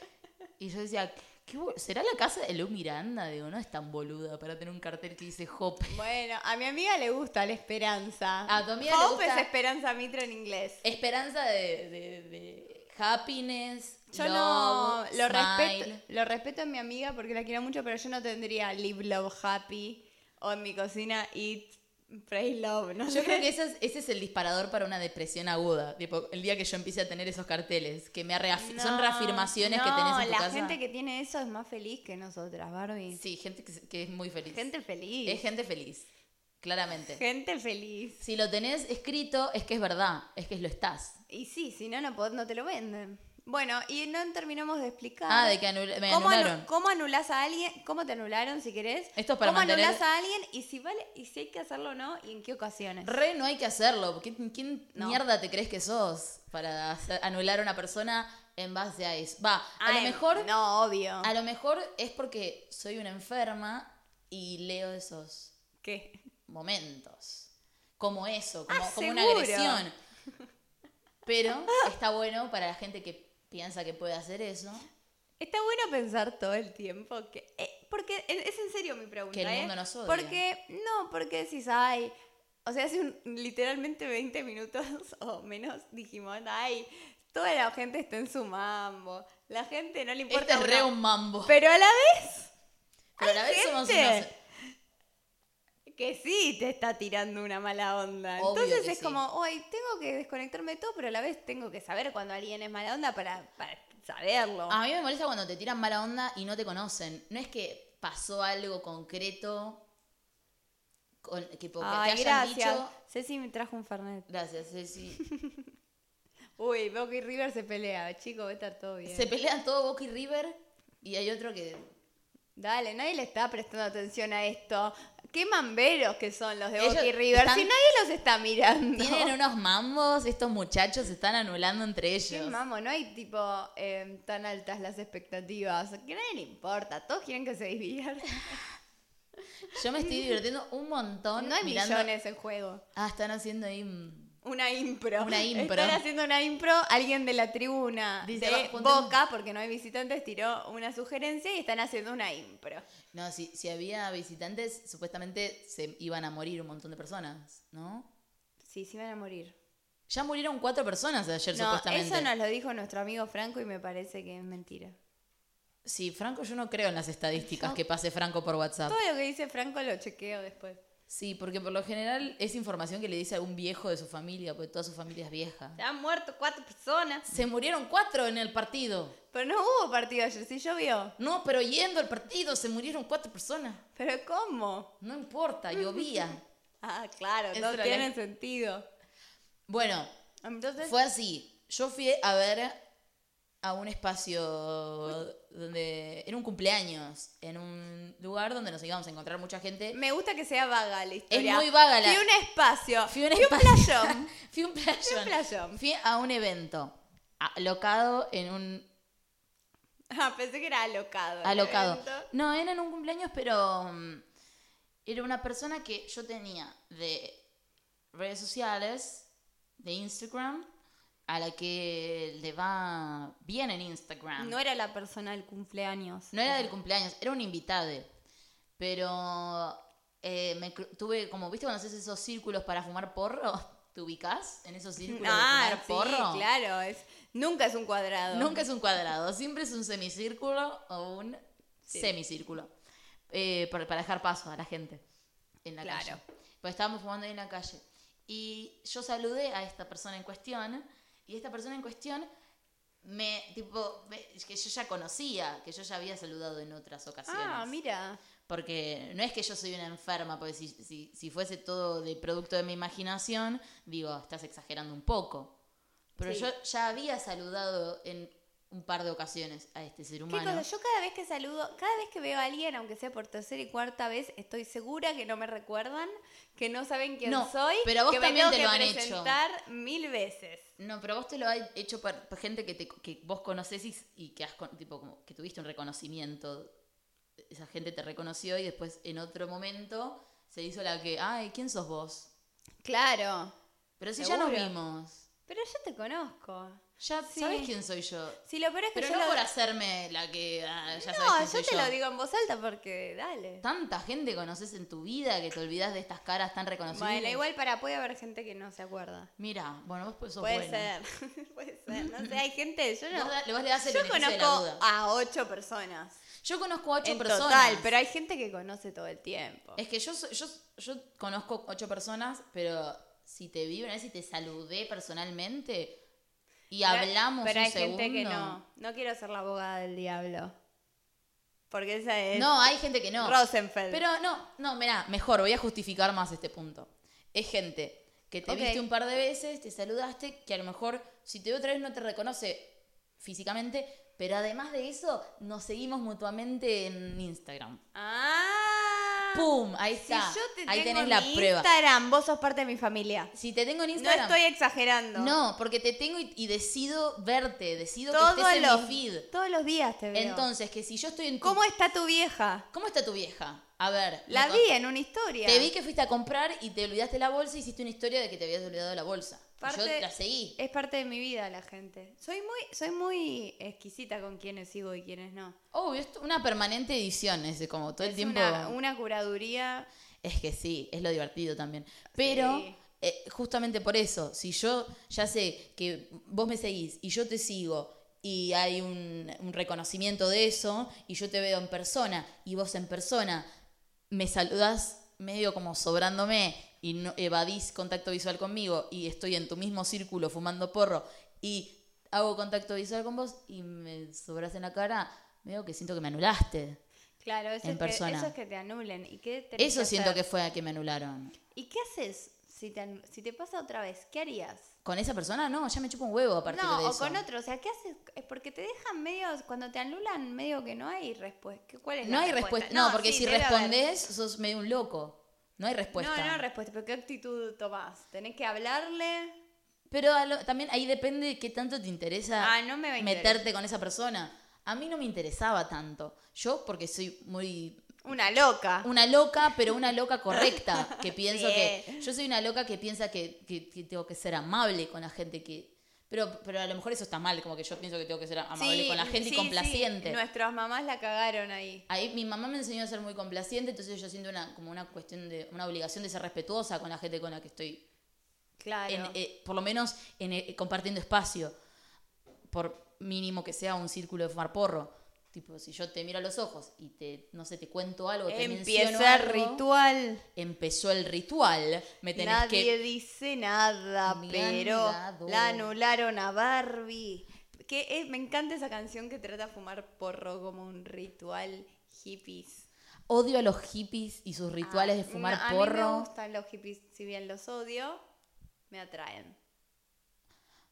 Speaker 1: y yo decía, ¿qué bo- ¿será la casa de Lu Miranda? Digo, no es tan boluda para tener un cartel que dice Jope.
Speaker 2: Bueno, a mi amiga le gusta la esperanza.
Speaker 1: A tu amiga le
Speaker 2: Hope
Speaker 1: gusta-
Speaker 2: es esperanza mitra en inglés.
Speaker 1: Esperanza de, de- de happiness,
Speaker 2: Yo
Speaker 1: love,
Speaker 2: no lo
Speaker 1: smile.
Speaker 2: respeto, lo respeto a mi amiga porque la quiero mucho, pero yo no tendría live love happy o en mi cocina eat pray love, no
Speaker 1: Yo
Speaker 2: sé.
Speaker 1: creo que ese es, ese es el disparador para una depresión aguda. Tipo, el día que yo empiece a tener esos carteles, que me reaf- son
Speaker 2: No,
Speaker 1: reafirmaciones que
Speaker 2: no,
Speaker 1: tenés en tu
Speaker 2: la
Speaker 1: casa.
Speaker 2: gente que tiene eso es más feliz que nosotras, Barbie.
Speaker 1: Sí, gente que, se- que es muy feliz.
Speaker 2: Gente feliz.
Speaker 1: Es gente feliz, claramente.
Speaker 2: Gente feliz.
Speaker 1: Si lo tenés escrito, es que es verdad, es que lo estás.
Speaker 2: Y sí, si no, no, pod- no te lo venden. Bueno, y no terminamos de explicar.
Speaker 1: Ah, de que anul- me
Speaker 2: ¿Cómo, anu-
Speaker 1: anularon.
Speaker 2: ¿Cómo anulás a alguien? ¿Cómo te anularon si querés?
Speaker 1: Esto es para
Speaker 2: ¿Cómo
Speaker 1: mantener-
Speaker 2: anulás a alguien? Y si vale, y si hay que hacerlo o no, y en qué ocasiones.
Speaker 1: Re no hay que hacerlo. ¿Quién, quién
Speaker 2: No.
Speaker 1: mierda te crees que sos para hacer- anular a una persona en base a eso? Va, a
Speaker 2: Ah,
Speaker 1: lo
Speaker 2: em,
Speaker 1: mejor,
Speaker 2: No, obvio.
Speaker 1: a lo mejor es porque soy una enferma y leo esos
Speaker 2: ¿Qué?
Speaker 1: momentos. Como eso, como,
Speaker 2: Ah,
Speaker 1: como una
Speaker 2: seguro. *laughs*
Speaker 1: agresión. Pero está bueno para la gente que piensa que puede hacer eso.
Speaker 2: Está bueno pensar todo el tiempo que. eh, porque e- es en serio mi pregunta.
Speaker 1: Que el
Speaker 2: ¿eh?
Speaker 1: mundo nos odia.
Speaker 2: Porque, no, porque decís, ay. O sea, hace un- literalmente 20 minutos *laughs* o menos dijimos, ay, toda la gente está en su mambo. La gente no le
Speaker 1: Este
Speaker 2: importa.
Speaker 1: es re
Speaker 2: una-
Speaker 1: un mambo.
Speaker 2: Pero a la vez.
Speaker 1: Pero a la
Speaker 2: hay
Speaker 1: vez somos
Speaker 2: gente
Speaker 1: unos
Speaker 2: Que sí te está tirando una mala onda.
Speaker 1: Obvio
Speaker 2: Entonces
Speaker 1: que
Speaker 2: es
Speaker 1: sí.
Speaker 2: como, hoy tengo que desconectarme de todo, pero a la vez tengo que saber cuando alguien es mala onda para, para saberlo.
Speaker 1: A mí me molesta cuando te tiran mala onda y no te conocen. No es que pasó algo concreto con- que po- que
Speaker 2: Ay,
Speaker 1: te hayan
Speaker 2: gracias.
Speaker 1: dicho.
Speaker 2: Ceci me trajo un Fernet.
Speaker 1: Gracias, Ceci.
Speaker 2: Uy, Boca y River se pelea, chico, va a estar todo bien.
Speaker 1: Se pelean todo Boca y River y hay otro
Speaker 2: *laughs*
Speaker 1: que.
Speaker 2: Dale, nadie le está prestando atención a esto. Qué mamberos que son los de Boca y
Speaker 1: Ellos
Speaker 2: River.
Speaker 1: están-
Speaker 2: Si nadie los está mirando. *laughs*
Speaker 1: Tienen unos mambos, estos muchachos se están anulando entre
Speaker 2: Qué
Speaker 1: ellos.
Speaker 2: mamo, no hay tipo eh, tan altas las expectativas. Que a nadie le importa, todos quieren que se diviertan.
Speaker 1: *laughs* Yo me
Speaker 2: *laughs*
Speaker 1: estoy divirtiendo un montón.
Speaker 2: No hay
Speaker 1: mirando-
Speaker 2: millones en juego.
Speaker 1: Ah, están haciendo ahí. mm,
Speaker 2: Una impro. *laughs*
Speaker 1: Una impro.
Speaker 2: Están haciendo una impro. Alguien de la tribuna
Speaker 1: Dice,
Speaker 2: de
Speaker 1: va, juntemos-
Speaker 2: Boca, porque no hay visitantes, tiró una sugerencia y están haciendo una impro.
Speaker 1: No, si, si había visitantes, supuestamente se iban a morir un montón de personas, ¿no?
Speaker 2: Sí, sí van a morir.
Speaker 1: Ya murieron cuatro personas ayer,
Speaker 2: No,
Speaker 1: supuestamente.
Speaker 2: eso nos lo dijo nuestro amigo Franco y me parece que es mentira.
Speaker 1: Sí, Franco, yo no creo en las estadísticas
Speaker 2: Yo-
Speaker 1: que pase Franco por WhatsApp.
Speaker 2: Todo lo que dice Franco lo chequeo después.
Speaker 1: Sí, porque por lo general es información que le dice a un viejo de su familia, porque toda su familia es vieja.
Speaker 2: Se han muerto cuatro personas.
Speaker 1: Se murieron cuatro en el partido.
Speaker 2: Pero no hubo partido ayer, sí llovió.
Speaker 1: No, pero yendo al partido se murieron cuatro personas.
Speaker 2: ¿Pero cómo?
Speaker 1: No importa, llovía.
Speaker 2: Ah, claro,
Speaker 1: Eso
Speaker 2: no
Speaker 1: era
Speaker 2: tiene
Speaker 1: la-
Speaker 2: sentido.
Speaker 1: Bueno,
Speaker 2: Entonces,
Speaker 1: fue así. Yo fui a ver a un espacio donde... Era un cumpleaños, en un lugar donde nos íbamos a encontrar mucha gente.
Speaker 2: me gusta que sea vaga la historia.
Speaker 1: muy vaga la-
Speaker 2: Fui a un espacio.
Speaker 1: Fui a un espacio.
Speaker 2: playón.
Speaker 1: *laughs* Fui a un playón.
Speaker 2: Fui a un playón.
Speaker 1: Fui a un evento a- alocado en un
Speaker 2: Ah, pensé que era alocado. el
Speaker 1: alocado.
Speaker 2: evento.
Speaker 1: No, era en un cumpleaños, pero mm, era una persona que yo tenía de redes sociales, de Instagram, a la que le va bien en Instagram.
Speaker 2: No era la persona del cumpleaños. Ah,
Speaker 1: No era del cumpleaños, era un invitado. Pero eh, me cru- tuve, como, ¿viste cuando haces esos círculos para fumar porro? *laughs* ¿Te ubicás en esos círculos
Speaker 2: Ah,
Speaker 1: de fumar
Speaker 2: sí,
Speaker 1: porro?
Speaker 2: claro. Es, nunca es un cuadrado.
Speaker 1: Nunca es un cuadrado, siempre es un semicírculo o un semicírculo. Eh, para, para dejar paso a la gente en la
Speaker 2: Claro.
Speaker 1: calle. Pues estábamos fumando ahí en la calle. Y yo saludé a esta persona en cuestión y esta persona en cuestión me, tipo, me- que yo ya conocía, que yo ya había saludado en otras ocasiones.
Speaker 2: Ah, mira.
Speaker 1: Porque no es que yo soy una enferma, porque si, si, si fuese todo de producto de mi imaginación, digo, estás exagerando un poco. Pero
Speaker 2: Sí.
Speaker 1: yo ya había saludado en un par de ocasiones a este ser
Speaker 2: ¿Qué
Speaker 1: humano.
Speaker 2: cosa? Yo cada vez que saludo, cada vez que veo a alguien, aunque sea por tercera y cuarta vez, estoy segura que no me recuerdan, que no saben quién
Speaker 1: No,
Speaker 2: soy,
Speaker 1: pero a vos
Speaker 2: que me
Speaker 1: también
Speaker 2: tengo
Speaker 1: te
Speaker 2: que
Speaker 1: lo han hecho.
Speaker 2: presentar mil veces.
Speaker 1: No, pero vos te lo has hecho por, por gente que, te- que vos conocés y, y que, has con- tipo, como que tuviste un reconocimiento. Esa gente te reconoció y después en otro momento se hizo la que, ay, ¿quién sos vos?
Speaker 2: Claro.
Speaker 1: Pero si ya
Speaker 2: Seguro.
Speaker 1: nos vimos.
Speaker 2: Pero yo te conozco.
Speaker 1: Ya
Speaker 2: Sí.
Speaker 1: sabes quién soy yo.
Speaker 2: Si lo peor es que
Speaker 1: Pero
Speaker 2: yo
Speaker 1: no
Speaker 2: lo-
Speaker 1: por hacerme la que ah, ya sabes
Speaker 2: No,
Speaker 1: quién soy
Speaker 2: yo te lo digo en voz alta porque dale.
Speaker 1: Tanta gente conoces en tu vida que te olvidas de estas caras tan reconocidas.
Speaker 2: Bueno, igual para puede haber gente que no se acuerda.
Speaker 1: Mira, bueno, vos pues sos
Speaker 2: puede
Speaker 1: buena.
Speaker 2: ser, *laughs* puede ser. No sé, hay gente, yo no.
Speaker 1: Vos da- le- vos le das el
Speaker 2: yo
Speaker 1: beneficio de la
Speaker 2: conozco
Speaker 1: duda.
Speaker 2: a ocho personas.
Speaker 1: Yo conozco a ocho
Speaker 2: en
Speaker 1: personas.
Speaker 2: total, pero hay gente que conoce todo el tiempo.
Speaker 1: Es que yo, so- yo, yo conozco ocho personas, pero si te vi una vez y te saludé personalmente y
Speaker 2: Pero-
Speaker 1: hablamos
Speaker 2: pero
Speaker 1: un
Speaker 2: hay gente que
Speaker 1: segundo-
Speaker 2: no no quiero ser la abogada del diablo porque esa es
Speaker 1: No, hay gente que no.
Speaker 2: Rosenfeld
Speaker 1: Pero no, no, mirá, mejor, voy a justificar más este punto. Es gente que te
Speaker 2: Ok.
Speaker 1: viste un par de veces, te saludaste, que a lo mejor si te ve otra vez no te reconoce físicamente, pero además de eso, nos seguimos mutuamente en Instagram.
Speaker 2: ah
Speaker 1: ¡Pum! Ahí
Speaker 2: si
Speaker 1: está.
Speaker 2: yo te
Speaker 1: Ahí
Speaker 2: tengo
Speaker 1: tenés
Speaker 2: en
Speaker 1: la
Speaker 2: mi
Speaker 1: prueba.
Speaker 2: Instagram vos sos parte de mi familia
Speaker 1: Si te tengo en
Speaker 2: no
Speaker 1: Instagram.
Speaker 2: estoy exagerando
Speaker 1: No, porque te tengo y, y decido verte, decido que
Speaker 2: todos
Speaker 1: estés
Speaker 2: los
Speaker 1: en mi feed.
Speaker 2: todos los días te veo
Speaker 1: Entonces, que si yo estoy en tu.
Speaker 2: cómo está tu vieja
Speaker 1: ¿Cómo está tu vieja? A ver.
Speaker 2: la
Speaker 1: me
Speaker 2: vi en una historia
Speaker 1: Te vi que fuiste a comprar y te olvidaste la bolsa y hiciste una historia de que te habías olvidado la bolsa. Y
Speaker 2: Parte-
Speaker 1: Yo la seguí.
Speaker 2: es parte de mi vida la gente soy muy soy muy exquisita con quienes sigo y quienes no
Speaker 1: Obvio, es una permanente edición, es como todo el
Speaker 2: es
Speaker 1: tiempo.
Speaker 2: una, una curaduría
Speaker 1: Es que sí, es lo divertido también. Pero
Speaker 2: Sí.
Speaker 1: eh, justamente por eso, si yo ya sé que vos me seguís y yo te sigo y hay un, un reconocimiento de eso y yo te veo en persona y vos en persona me saludás medio como sobrándome y no, evadís contacto visual conmigo y estoy en tu mismo círculo fumando porro y hago contacto visual con vos y me sobrás en la cara, medio que siento que me anulaste.
Speaker 2: Claro, eso,
Speaker 1: en
Speaker 2: es Que,
Speaker 1: persona.
Speaker 2: eso es que te anulen. ¿Y qué tenés
Speaker 1: Eso
Speaker 2: que
Speaker 1: siento que
Speaker 2: hacer?
Speaker 1: fue a que me anularon.
Speaker 2: ¿Y qué haces si te, anu- si te pasa otra vez? ¿Qué harías?
Speaker 1: ¿Con esa persona? No, ya me chupa un huevo a partir
Speaker 2: No,
Speaker 1: de
Speaker 2: o
Speaker 1: eso.
Speaker 2: con otro. O sea, ¿qué haces? Es porque te dejan medio. Cuando te anulan, medio que no hay respuesta. ¿Cuál es
Speaker 1: No
Speaker 2: la
Speaker 1: hay respuesta. No, porque
Speaker 2: sí,
Speaker 1: si
Speaker 2: debe haber.
Speaker 1: respondés, sos medio un loco. No hay respuesta.
Speaker 2: No, no hay respuesta. Pero ¿qué actitud tomás? ¿Tenés que hablarle?
Speaker 1: Pero a lo- también ahí depende qué tanto te interesa
Speaker 2: Ah, no me va a
Speaker 1: meterte con esa persona. A mí no me interesaba tanto. Yo, porque soy muy.
Speaker 2: Una loca.
Speaker 1: Una loca, pero una loca correcta.
Speaker 2: *laughs*
Speaker 1: Que pienso que.
Speaker 2: Bien.
Speaker 1: Yo soy una loca que piensa que, que- que tengo que ser amable con la gente que. Pero, pero a lo mejor eso está mal, como que yo pienso que tengo que ser amable
Speaker 2: Sí,
Speaker 1: con la gente
Speaker 2: sí,
Speaker 1: y
Speaker 2: sí.
Speaker 1: complaciente.
Speaker 2: Nuestras mamás la cagaron ahí.
Speaker 1: Ahí mi mamá me enseñó a ser muy complaciente, entonces yo siento una, como una cuestión de, una obligación de ser respetuosa con la gente con la que estoy,
Speaker 2: Claro.
Speaker 1: en, eh, por lo menos en, eh, compartiendo espacio, por mínimo que sea un círculo de fumar porro. Tipo, si yo te miro a los ojos y te, no sé, te cuento algo, te menciono
Speaker 2: Empieza el
Speaker 1: algo,
Speaker 2: ritual.
Speaker 1: empezó el ritual, me tenés
Speaker 2: Nadie
Speaker 1: que...
Speaker 2: dice nada,
Speaker 1: Me han
Speaker 2: pero
Speaker 1: dado.
Speaker 2: la anularon a Barbie. Que es- me encanta esa canción que trata de fumar porro como un ritual hippies.
Speaker 1: Odio a los hippies y sus rituales
Speaker 2: Ah,
Speaker 1: de fumar
Speaker 2: no, a
Speaker 1: porro.
Speaker 2: mí me gustan los hippies, si bien los odio, me atraen.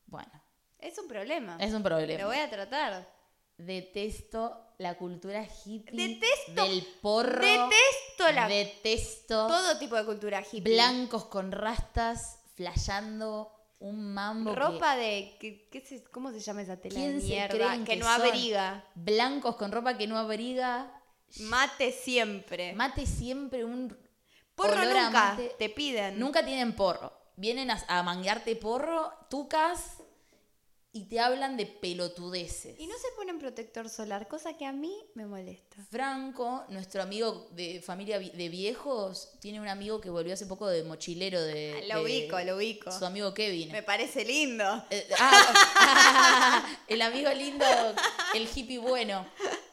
Speaker 1: Bueno,
Speaker 2: Es un problema.
Speaker 1: es un problema.
Speaker 2: Lo voy a tratar.
Speaker 1: Detesto la cultura hippie.
Speaker 2: Detesto-
Speaker 1: Del porro.
Speaker 2: detesto la-
Speaker 1: Detesto
Speaker 2: Todo tipo de cultura hippie.
Speaker 1: blancos con rastas flayando un mambo. que-
Speaker 2: Ropa de. que- qué se- ¿Cómo se llama esa tela de
Speaker 1: ¿Quién se
Speaker 2: mierda?
Speaker 1: creen
Speaker 2: Que,
Speaker 1: que
Speaker 2: no
Speaker 1: son?
Speaker 2: abriga.
Speaker 1: Blancos con ropa que no abriga.
Speaker 2: Mate siempre.
Speaker 1: Mate siempre un.
Speaker 2: porro
Speaker 1: olor a
Speaker 2: nunca.
Speaker 1: mate.
Speaker 2: Te piden.
Speaker 1: Nunca tienen porro. Vienen a, a manguearte porro, tucas y te hablan de pelotudeces.
Speaker 2: Y no se ponen protector solar, cosa que a mí me molesta.
Speaker 1: Franco, nuestro amigo de familia vi- de viejos, tiene un amigo que volvió hace poco de mochilero de...
Speaker 2: Ah, Lo
Speaker 1: de-
Speaker 2: ubico, lo ubico.
Speaker 1: Su amigo Kevin.
Speaker 2: Me parece lindo.
Speaker 1: Eh, ah, *laughs* el amigo lindo, el hippie bueno.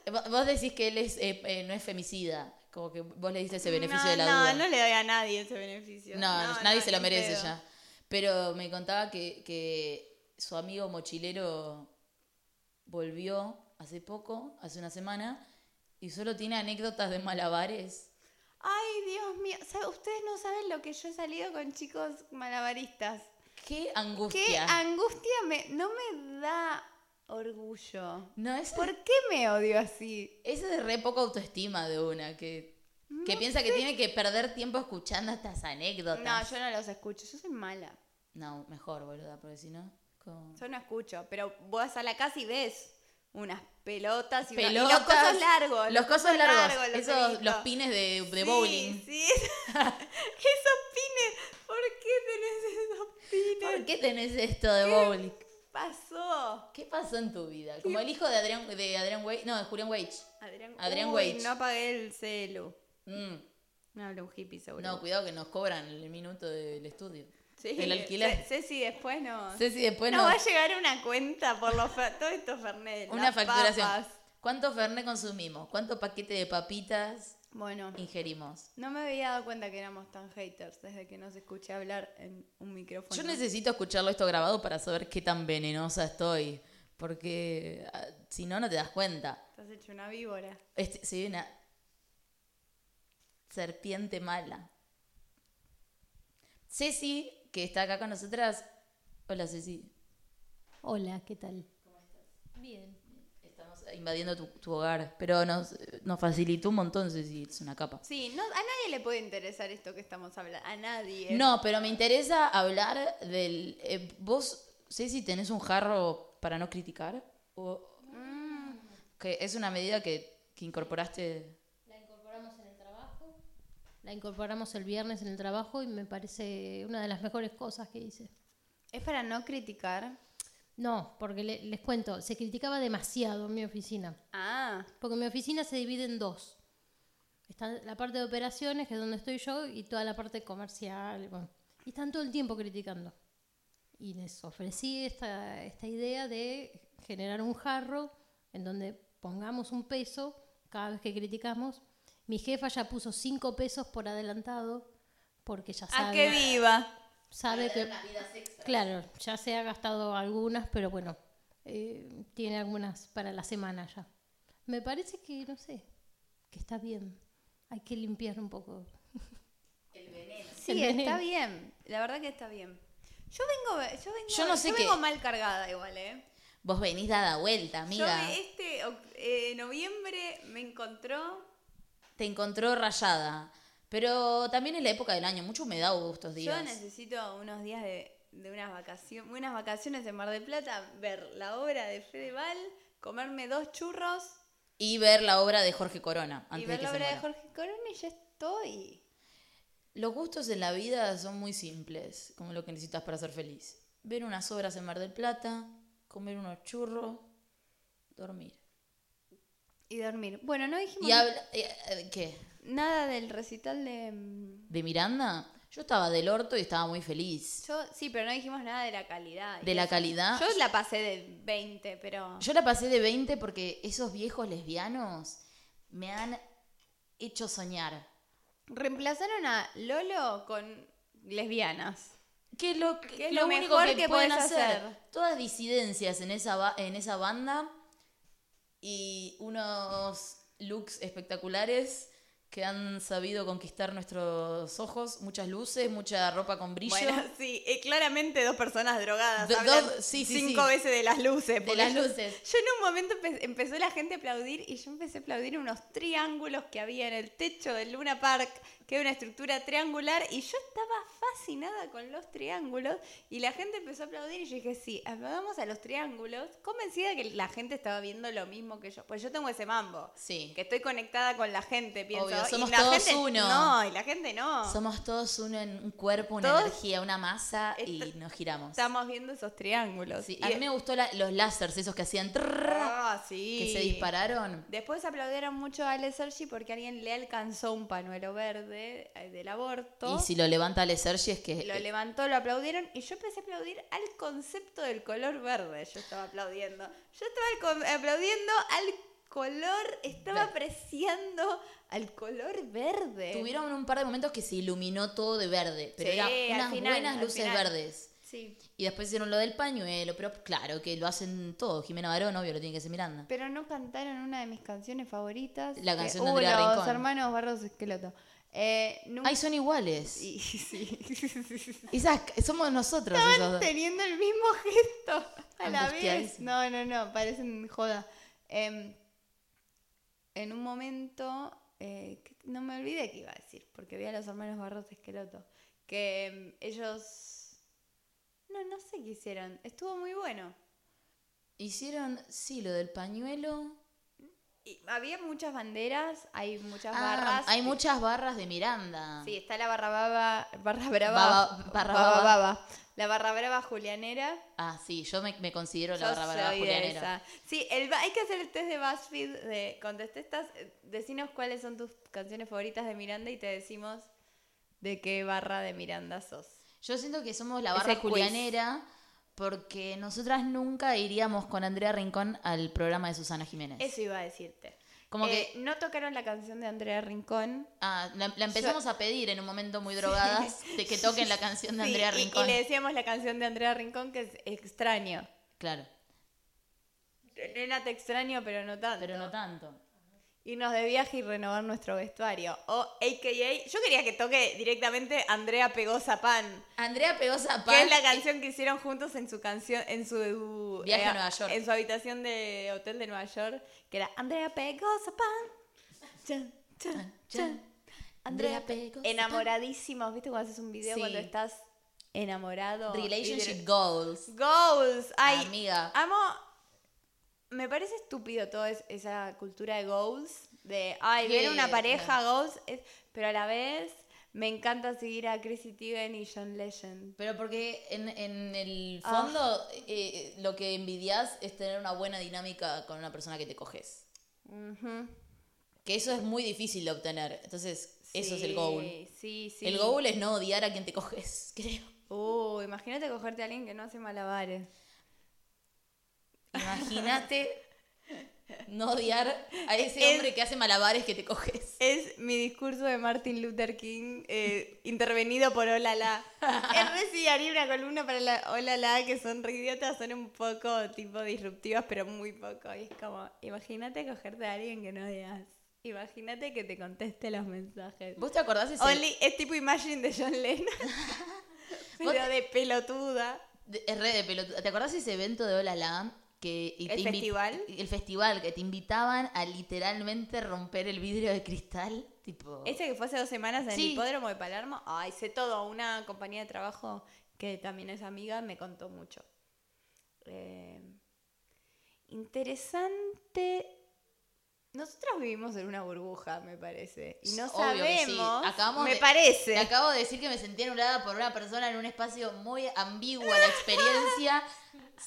Speaker 1: Eh, vo- Vos decís que él es, eh, eh, no es femicida. Como que vos le diste ese beneficio
Speaker 2: no,
Speaker 1: de la
Speaker 2: no,
Speaker 1: duda.
Speaker 2: no le doy a nadie ese beneficio.
Speaker 1: No, nadie se lo
Speaker 2: ni
Speaker 1: merece
Speaker 2: pedo.
Speaker 1: ya. Pero me contaba que, que su amigo mochilero volvió hace poco, hace una semana, y solo tiene anécdotas de malabares.
Speaker 2: Ay, Dios mío. ¿Sabe- Ustedes no saben lo que yo he salido con chicos malabaristas.
Speaker 1: ¡Qué
Speaker 2: Qué
Speaker 1: angustia!
Speaker 2: angustia me, no me da orgullo.
Speaker 1: no, es,
Speaker 2: ¿Por qué me odio así?
Speaker 1: ese de re poca autoestima de una, que, que
Speaker 2: No
Speaker 1: piensa que tiene que perder tiempo escuchando estas
Speaker 2: No,
Speaker 1: anécdotas.
Speaker 2: yo no los escucho, yo soy mala.
Speaker 1: No, mejor, boluda, porque si no... como-
Speaker 2: Yo no escucho, pero vas a la casa y ves unas pelotas y, una- y
Speaker 1: Pelotas,
Speaker 2: los cosos largos.
Speaker 1: Los cosos largos,
Speaker 2: los
Speaker 1: esos,
Speaker 2: pinitos.
Speaker 1: los pines de, de
Speaker 2: Sí,
Speaker 1: bowling.
Speaker 2: Sí, *laughs* esos pines. ¿Por qué tenés esos pines?
Speaker 1: ¿Por qué tenés esto de bowling?
Speaker 2: pasó?
Speaker 1: ¿Qué pasó en tu vida? Como el hijo de Adrián, de Adrián Wei- no, de Julián Weich.
Speaker 2: Adrián,
Speaker 1: Adrián
Speaker 2: Uy,
Speaker 1: Weich.
Speaker 2: No apagué el celu.
Speaker 1: Mm,
Speaker 2: No hablo un hippie seguro.
Speaker 1: No, cuidado que nos cobran el minuto del estudio.
Speaker 2: Sí,
Speaker 1: el alquiler.
Speaker 2: Sé, sé si después no.
Speaker 1: No sé si después
Speaker 2: no va a
Speaker 1: nos-
Speaker 2: llegar una cuenta por los fe- todo esto Fernet.
Speaker 1: una
Speaker 2: las
Speaker 1: facturación.
Speaker 2: papas.
Speaker 1: ¿Cuánto Fernet consumimos? ¿Cuánto paquete de papitas
Speaker 2: Bueno,
Speaker 1: ingerimos?
Speaker 2: no me había dado cuenta que éramos tan haters desde que nos escuché hablar en un micrófono.
Speaker 1: Yo necesito escucharlo esto grabado para saber qué tan venenosa estoy. Porque ah, si no, no te das cuenta.
Speaker 2: Estás hecho una víbora.
Speaker 1: Este, soy una serpiente mala. Ceci, que está acá con nosotras. Hola, Ceci.
Speaker 3: Hola, ¿qué tal? Bien.
Speaker 1: Estamos invadiendo tu, tu hogar, pero nos, nos facilitó un montón, Ceci. Es una capa.
Speaker 2: Sí, no, a nadie le puede interesar esto que estamos hablando. A nadie.
Speaker 1: No, pero me interesa hablar del... eh, vos, Ceci, tenés un jarro para no criticar. O,
Speaker 2: Mm.
Speaker 1: que es una medida que, que incorporaste...
Speaker 3: La incorporamos en el trabajo. La incorporamos el viernes en el trabajo y me parece una de las mejores cosas que hice.
Speaker 2: Es para no criticar.
Speaker 3: No, porque le- les cuento, se criticaba demasiado en mi oficina.
Speaker 2: Ah,
Speaker 3: Porque mi oficina se divide en dos. Está la parte de operaciones, que es donde estoy yo, y toda la parte comercial. bueno. Y están todo el tiempo criticando. Y les ofrecí esta, esta idea de generar un jarro en donde pongamos un peso cada vez que criticamos. Mi jefa ya puso cinco pesos por adelantado porque ya
Speaker 2: a que
Speaker 3: sabe,
Speaker 2: viva.
Speaker 3: sabe que... Claro, ya se ha gastado algunas, pero bueno, eh, tiene algunas para la semana ya. Me parece que, no sé, que está bien. Hay que limpiar un poco.
Speaker 2: Sí,
Speaker 3: El
Speaker 2: está
Speaker 3: veneno.
Speaker 2: bien. La verdad que está bien. Yo vengo, yo vengo,
Speaker 1: Yo no sé qué-
Speaker 2: vengo mal cargada igual, ¿eh?
Speaker 1: Vos venís dada vuelta, amiga.
Speaker 2: Yo este oc- eh, noviembre me encontró.
Speaker 1: Te encontró rayada. Pero también es la época del año. Mucha humedad hubo estos días.
Speaker 2: Yo necesito unos días de, de unas, vacaciones, unas vacaciones en Mar del Plata, ver la obra de Fedeval, comerme dos churros
Speaker 1: Y ver la obra de Jorge Corona. Antes
Speaker 2: y
Speaker 1: de
Speaker 2: ver
Speaker 1: que
Speaker 2: la
Speaker 1: se
Speaker 2: obra de
Speaker 1: muera.
Speaker 2: Jorge Corona y ya estoy.
Speaker 1: Los gustos en la vida son muy simples, como lo que necesitas para ser feliz. Ver unas obras en Mar del Plata, comer unos churros, dormir.
Speaker 2: Y dormir. Bueno, no dijimos
Speaker 1: ¿Y habla- eh, eh, qué?
Speaker 2: nada del recital de... mm,
Speaker 1: ¿De Miranda? Yo estaba del orto y estaba muy feliz.
Speaker 2: Yo, sí, pero no dijimos nada de la calidad. y
Speaker 1: De la
Speaker 2: eso.
Speaker 1: calidad.
Speaker 2: Yo la pasé de 20, pero...
Speaker 1: Yo la pasé de 20 porque esos viejos lesbianos me han hecho soñar.
Speaker 2: Reemplazaron a Lolo con lesbianas.
Speaker 1: Que lo,
Speaker 2: es
Speaker 1: lo
Speaker 2: lo
Speaker 1: único
Speaker 2: mejor
Speaker 1: que,
Speaker 2: que
Speaker 1: pueden
Speaker 2: podés
Speaker 1: hacer.
Speaker 2: hacer.
Speaker 1: Todas disidencias en esa, ba- en esa banda y unos looks espectaculares que han sabido conquistar nuestros ojos. Muchas luces, mucha ropa con brillo.
Speaker 2: Bueno, *laughs* sí, eh, claramente dos personas drogadas.
Speaker 1: Do-
Speaker 2: hablan
Speaker 1: dos- sí, sí,
Speaker 2: cinco
Speaker 1: sí.
Speaker 2: veces de las luces. porque
Speaker 1: las
Speaker 2: yo-
Speaker 1: luces.
Speaker 2: Yo en un momento empe- empezó la gente a aplaudir y yo empecé a aplaudir unos triángulos que había en el techo del Luna Park que hay una estructura triangular y yo estaba fascinada con los triángulos y la gente empezó a aplaudir y yo dije, sí, aplaudamos a los triángulos, convencida que la gente estaba viendo lo mismo que yo, pues yo tengo ese mambo,
Speaker 1: Sí.
Speaker 2: que estoy conectada con la gente, pienso,
Speaker 1: Obvio,
Speaker 2: y
Speaker 1: somos
Speaker 2: la
Speaker 1: todos
Speaker 2: gente-
Speaker 1: uno.
Speaker 2: No, y la gente no.
Speaker 1: Somos todos uno en un cuerpo, una
Speaker 2: Ah. Todos-
Speaker 1: energía, una masa y
Speaker 2: Esta-
Speaker 1: nos giramos.
Speaker 2: Estamos viendo esos triángulos.
Speaker 1: Sí,
Speaker 2: Y
Speaker 1: a mí
Speaker 2: es-
Speaker 1: me gustó la- los lásers, esos que hacían trrrr,
Speaker 2: Ah, sí.
Speaker 1: que se dispararon.
Speaker 2: Después aplaudieron mucho a Ale Sergi porque alguien le alcanzó un panuelo verde eh, del aborto.
Speaker 1: Y eh, si lo levanta Ale Sergi es que
Speaker 2: Lo levantó, lo aplaudieron y yo empecé a aplaudir al concepto del color verde. Yo estaba aplaudiendo. Yo estaba al co- aplaudiendo al color, estaba
Speaker 1: Verde.
Speaker 2: apreciando al color verde.
Speaker 1: tuvieron un par de momentos que se iluminó todo de verde, pero
Speaker 2: Sí,
Speaker 1: eran
Speaker 2: al
Speaker 1: unas
Speaker 2: final,
Speaker 1: buenas
Speaker 2: al
Speaker 1: luces
Speaker 2: final.
Speaker 1: verdes.
Speaker 2: Sí.
Speaker 1: Y después hicieron lo del pañuelo, pero claro, que lo hacen todos. Jimena Barón, obvio, lo tiene que hacer Miranda.
Speaker 2: Pero no cantaron una de mis canciones favoritas.
Speaker 1: La
Speaker 2: que-
Speaker 1: canción de
Speaker 2: Uh,
Speaker 1: Andrea
Speaker 2: los
Speaker 1: Rincón.
Speaker 2: hermanos Barros Esqueloto. Eh, nunca-
Speaker 1: Ay, son iguales.
Speaker 2: Y- *laughs* sí.
Speaker 1: Esas, somos nosotros esos
Speaker 2: Estaban
Speaker 1: dos.
Speaker 2: teniendo el mismo gesto a la vez.
Speaker 1: Angustiadísimo.
Speaker 2: No, no, no, parecen joda. Em, en un momento, eh, que- no me olvidé que iba a decir, porque vi a los hermanos Barros Esqueloto, que em, ellos... No, no sé qué hicieron. Estuvo muy bueno.
Speaker 1: Hicieron, sí, lo del pañuelo.
Speaker 2: Y había muchas banderas, hay muchas
Speaker 1: Ah,
Speaker 2: barras.
Speaker 1: hay muchas barras de Miranda.
Speaker 2: Sí, está la barra baba, barra brava,
Speaker 1: Baba- barra
Speaker 2: baba
Speaker 1: baba.
Speaker 2: baba. la barra brava julianera.
Speaker 1: Ah, sí, yo me, me considero la
Speaker 2: Yo
Speaker 1: barra brava
Speaker 2: soy de
Speaker 1: julianera.
Speaker 2: esa. Sí, el, ba- hay que hacer el test de BuzzFeed de contesté estas, eh, decinos cuáles son tus canciones favoritas de Miranda y te decimos de qué barra de Miranda sos.
Speaker 1: Yo siento que somos la
Speaker 2: Ese
Speaker 1: barra
Speaker 2: quiz.
Speaker 1: julianera porque nosotras nunca iríamos con Andrea Rincón al programa de Susana Jiménez.
Speaker 2: Eso iba a decirte.
Speaker 1: Como
Speaker 2: Eh,
Speaker 1: que
Speaker 2: no tocaron la canción de Andrea Rincón.
Speaker 1: ah, la, la empezamos a pedir en un momento muy drogadas de
Speaker 2: *laughs*
Speaker 1: que toquen la canción de
Speaker 2: Sí,
Speaker 1: Andrea
Speaker 2: y-
Speaker 1: Rincón.
Speaker 2: Y, le decíamos la canción de Andrea Rincón que es extraño.
Speaker 1: Claro,
Speaker 2: Nena, te extraño, pero no tanto.
Speaker 1: pero no tanto.
Speaker 2: Irnos de viaje y renovar nuestro vestuario. O AKA, yo quería que toque directamente Andrea Pegosa Pan.
Speaker 1: Andrea Pegosa
Speaker 2: Que
Speaker 1: Paz
Speaker 2: es
Speaker 1: *laughs*
Speaker 2: la canción que hicieron juntos en su canción, en su eh,
Speaker 1: Viaje a Nueva York.
Speaker 2: en su habitación de hotel de Nueva York, que era Andrea Pegosa pan. Chan, chan, chan. Andrea
Speaker 1: Andrea Pegosa Pan.
Speaker 2: Enamoradísimos, ¿viste cuando haces un video
Speaker 1: Sí.
Speaker 2: cuando estás enamorado?
Speaker 1: Relationship
Speaker 2: Y-
Speaker 1: Goals.
Speaker 2: Goals. Ay,
Speaker 1: Amiga.
Speaker 2: Amo. Me parece estúpido toda es- esa cultura de goals. De, ay,
Speaker 1: Sí,
Speaker 2: ver una
Speaker 1: no.
Speaker 2: pareja goals. es- pero a la vez me encanta seguir a Chrissy Teigen y John Legend.
Speaker 1: Pero porque en, en el
Speaker 2: Ah.
Speaker 1: fondo eh, eh, lo que envidias es tener una buena dinámica con una persona que te coges.
Speaker 2: Ujú.
Speaker 1: Que eso es muy difícil de obtener. Entonces, eso es el
Speaker 2: Sí,
Speaker 1: goal.
Speaker 2: Sí, sí.
Speaker 1: El goal es no odiar a quien te coges, *laughs* creo.
Speaker 2: Uh, imagínate cogerte a alguien que no hace malabares.
Speaker 1: Imagínate no odiar a ese hombre que hace malabares que te coges.
Speaker 2: Es mi discurso de Martin Luther King eh, intervenido por *laughs* Olala. es re, sí, haría una columna para la Olala que son re idiotas, son un poco tipo disruptivas, pero muy poco. Y es como, imagínate cogerte a alguien que no odias. Imagínate que te conteste los mensajes.
Speaker 1: ¿Vos te acordás ese?
Speaker 2: Only, es tipo Imagine de John
Speaker 1: *laughs*
Speaker 2: Lennon. pero
Speaker 1: te-
Speaker 2: de pelotuda.
Speaker 1: de- es re de pelotuda. ¿Te acordás ese evento de Hola La? Que, y
Speaker 2: ¿El
Speaker 1: invi-
Speaker 2: festival?
Speaker 1: El festival, que te invitaban a literalmente romper el vidrio de cristal. Tipo.
Speaker 2: Ese que fue hace dos semanas en
Speaker 1: Sí.
Speaker 2: el hipódromo de Palermo, ay, sé todo. Una compañía de trabajo que también es amiga me contó mucho. Eh, interesante. Nosotros vivimos en una burbuja, me parece. Y no
Speaker 1: Obvio que sí.
Speaker 2: sabemos.
Speaker 1: Acabamos
Speaker 2: me
Speaker 1: de- Te
Speaker 2: parece.
Speaker 1: acabo de decir que me sentí anulada por una persona en un espacio muy ambiguo, la
Speaker 2: *laughs*
Speaker 1: experiencia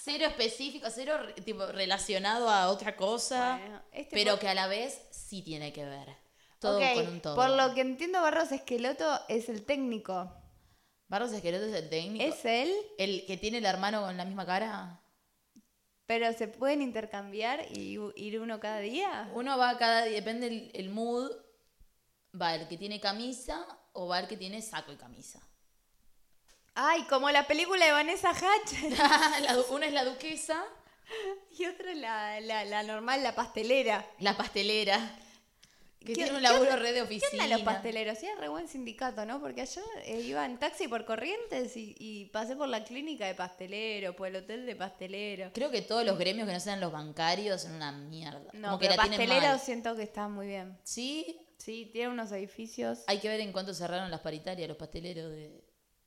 Speaker 1: cero específico, cero re- tipo relacionado a otra cosa,
Speaker 2: Bueno, este
Speaker 1: pero
Speaker 2: pod-
Speaker 1: que a la vez sí tiene que ver. Todo
Speaker 2: Ok,
Speaker 1: con un todo.
Speaker 2: Por lo que entiendo, Barros Esqueloto es el técnico.
Speaker 1: Barros Esqueloto es el técnico.
Speaker 2: Es él,
Speaker 1: El que tiene el hermano con la misma cara.
Speaker 2: pero se pueden intercambiar y u- ir uno cada día.
Speaker 1: Uno va cada, depende el, el mood, va el que tiene camisa o va el que tiene saco y camisa. *laughs*
Speaker 2: Ay, como la película de Vanessa Hatch.
Speaker 1: La du- una es la duquesa,
Speaker 2: *laughs* Y otra la, la, la normal, la pastelera.
Speaker 1: la pastelera, que
Speaker 2: ¿Qué-
Speaker 1: tiene un
Speaker 2: qué
Speaker 1: laburo
Speaker 2: onda-
Speaker 1: red de
Speaker 2: ¿Qué
Speaker 1: oficina.
Speaker 2: onda los pasteleros? Sí, es re buen sindicato, ¿no? Porque ayer eh, iba en taxi por Corrientes y, y pasé por la clínica de pastelero, por el hotel de pastelero.
Speaker 1: Creo que todos los gremios que no sean los bancarios son una mierda.
Speaker 2: No,
Speaker 1: Como que
Speaker 2: pero
Speaker 1: la tienen mal.
Speaker 2: pastelero siento que está muy bien.
Speaker 1: Sí,
Speaker 2: Sí, tiene unos edificios.
Speaker 1: Hay que ver en cuánto cerraron las paritarias, los pasteleros de...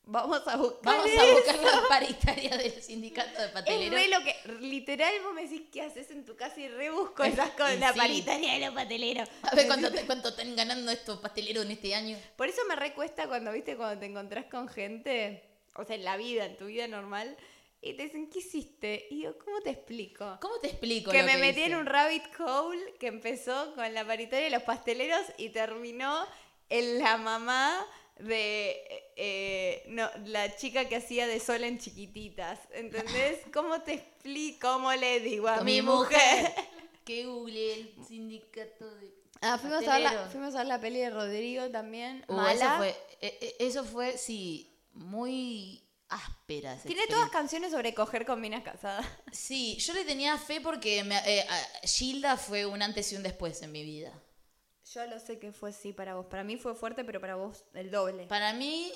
Speaker 2: Vamos a buscar. *laughs*
Speaker 1: Vamos a buscar las paritarias del sindicato de
Speaker 2: Es re
Speaker 1: pasteleros.
Speaker 2: lo que, literal, vos me decís qué haces en tu casa y rebusco esas cosas,
Speaker 1: Y
Speaker 2: la
Speaker 1: sí.
Speaker 2: paritaria de los pateleros.
Speaker 1: A ver cuánto, cuánto están ganando estos pasteleros en este año.
Speaker 2: Por eso me recuesta cuando, viste, cuando te encontrás con gente, o sea, en la vida, en tu vida normal, y te dicen, ¿qué hiciste? Y yo, ¿cómo te explico?
Speaker 1: ¿Cómo te explico?
Speaker 2: que
Speaker 1: lo
Speaker 2: me metí en
Speaker 1: hice?
Speaker 2: un rabbit hole que empezó con la paritaria de los pasteleros y terminó en la mamá de eh, no, la chica que hacía de sol en chiquititas. ¿Entendés? *laughs* ¿Cómo te explico? ¿Cómo le digo a
Speaker 1: Con
Speaker 2: mi mujer? *laughs*
Speaker 1: Que google el sindicato de.
Speaker 2: Ah, fuimos, a ver la,
Speaker 1: pasteleros.
Speaker 2: fuimos a ver la peli de Rodrigo también.
Speaker 1: Uh,
Speaker 2: Mala.
Speaker 1: eso, fue, eh, eh, eso fue, sí, muy áspera. esa
Speaker 2: Tiene todas
Speaker 1: experiencia.
Speaker 2: canciones sobre coger con minas casadas.
Speaker 1: Sí, yo le tenía fe porque me- eh, a- Gilda fue un antes y un después en mi vida.
Speaker 2: *laughs* Yo lo sé que fue sí para vos. Para mí fue fuerte, pero para vos el doble.
Speaker 1: Para mí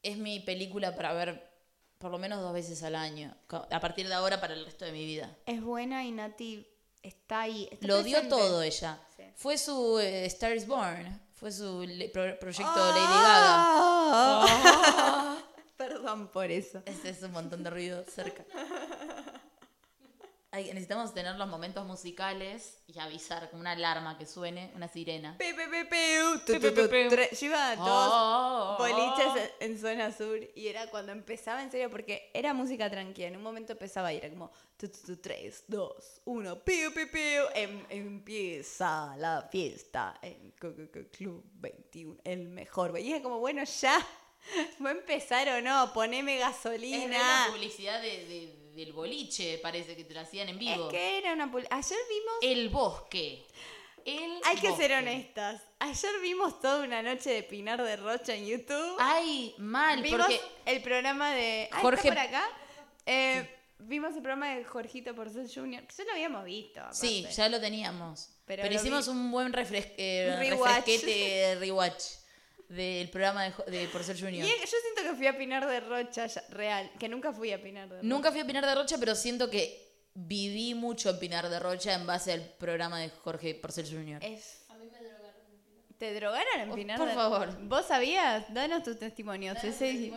Speaker 1: es mi película para ver por lo menos dos veces al año, co- a partir de ahora para el resto de mi vida.
Speaker 2: Es buena y Nati está ahí. está
Speaker 1: Lo dio
Speaker 2: presente.
Speaker 1: todo ella.
Speaker 2: Sí.
Speaker 1: Fue su eh, Star is Born, fue su le- pro- proyecto Lady Gaga.
Speaker 2: *laughs* Ah. Perdón por eso.
Speaker 1: Este es un montón de ruido
Speaker 2: *laughs*
Speaker 1: cerca. Ay, necesitamos tener los momentos musicales y avisar con una alarma que suene, una sirena.
Speaker 2: Pe, pe, pe, peu, tu,
Speaker 1: Pe,
Speaker 2: tu,
Speaker 1: pe,
Speaker 2: tu,
Speaker 1: pe, peu.
Speaker 2: tre- Yo iba a todos
Speaker 1: Oh, oh, oh, oh.
Speaker 2: boliches en en zona sur y era cuando empezaba en serio porque era música tranquila. En un momento empezaba y era como 3, 2, 1, piu, piu, piu. em- Empieza la fiesta en cu- cu- cu- Club 21, el mejor. Y era como, bueno, ya. *laughs* ¿Va a empezar o no? Poneme
Speaker 1: Es
Speaker 2: gasolina.
Speaker 1: una publicidad de- de- del boliche, parece que te lo hacían en
Speaker 2: Es
Speaker 1: vivo.
Speaker 2: que era una... pul- Ayer vimos...
Speaker 1: El bosque. El
Speaker 2: Hay que ser
Speaker 1: bosque.
Speaker 2: honestas. Ayer vimos toda una noche de Pinar de Rocha en YouTube.
Speaker 1: Ay, mal,
Speaker 2: vimos
Speaker 1: porque
Speaker 2: el programa de. Ah,
Speaker 1: Jorge-
Speaker 2: está por acá. Eh, vimos el programa de Jorgito Porcel Jr. que ya lo habíamos visto. aparte.
Speaker 1: Sí, ya lo teníamos.
Speaker 2: Pero
Speaker 1: Pero,
Speaker 2: lo
Speaker 1: hicimos
Speaker 2: vi-
Speaker 1: un buen refres eh,
Speaker 2: Rewatch.
Speaker 1: refresquete rewatch del programa de, Jo- de Por Ser
Speaker 2: Y
Speaker 1: Junior.
Speaker 2: es- yo siento que fui a Pinar de Rocha ya- real, que nunca fui a Pinar de Rocha.
Speaker 1: Nunca fui a Pinar de Rocha, pero siento que viví mucho en Pinar de Rocha en base al programa de Jorge Porcel Jr.
Speaker 2: Es-
Speaker 3: A mí me drogaron.
Speaker 2: ¿Te drogaron en
Speaker 1: Oh,
Speaker 2: Pinar
Speaker 1: por
Speaker 2: de
Speaker 1: favor.
Speaker 2: ¿Vos sabías? Danos tus testimonios. Ese-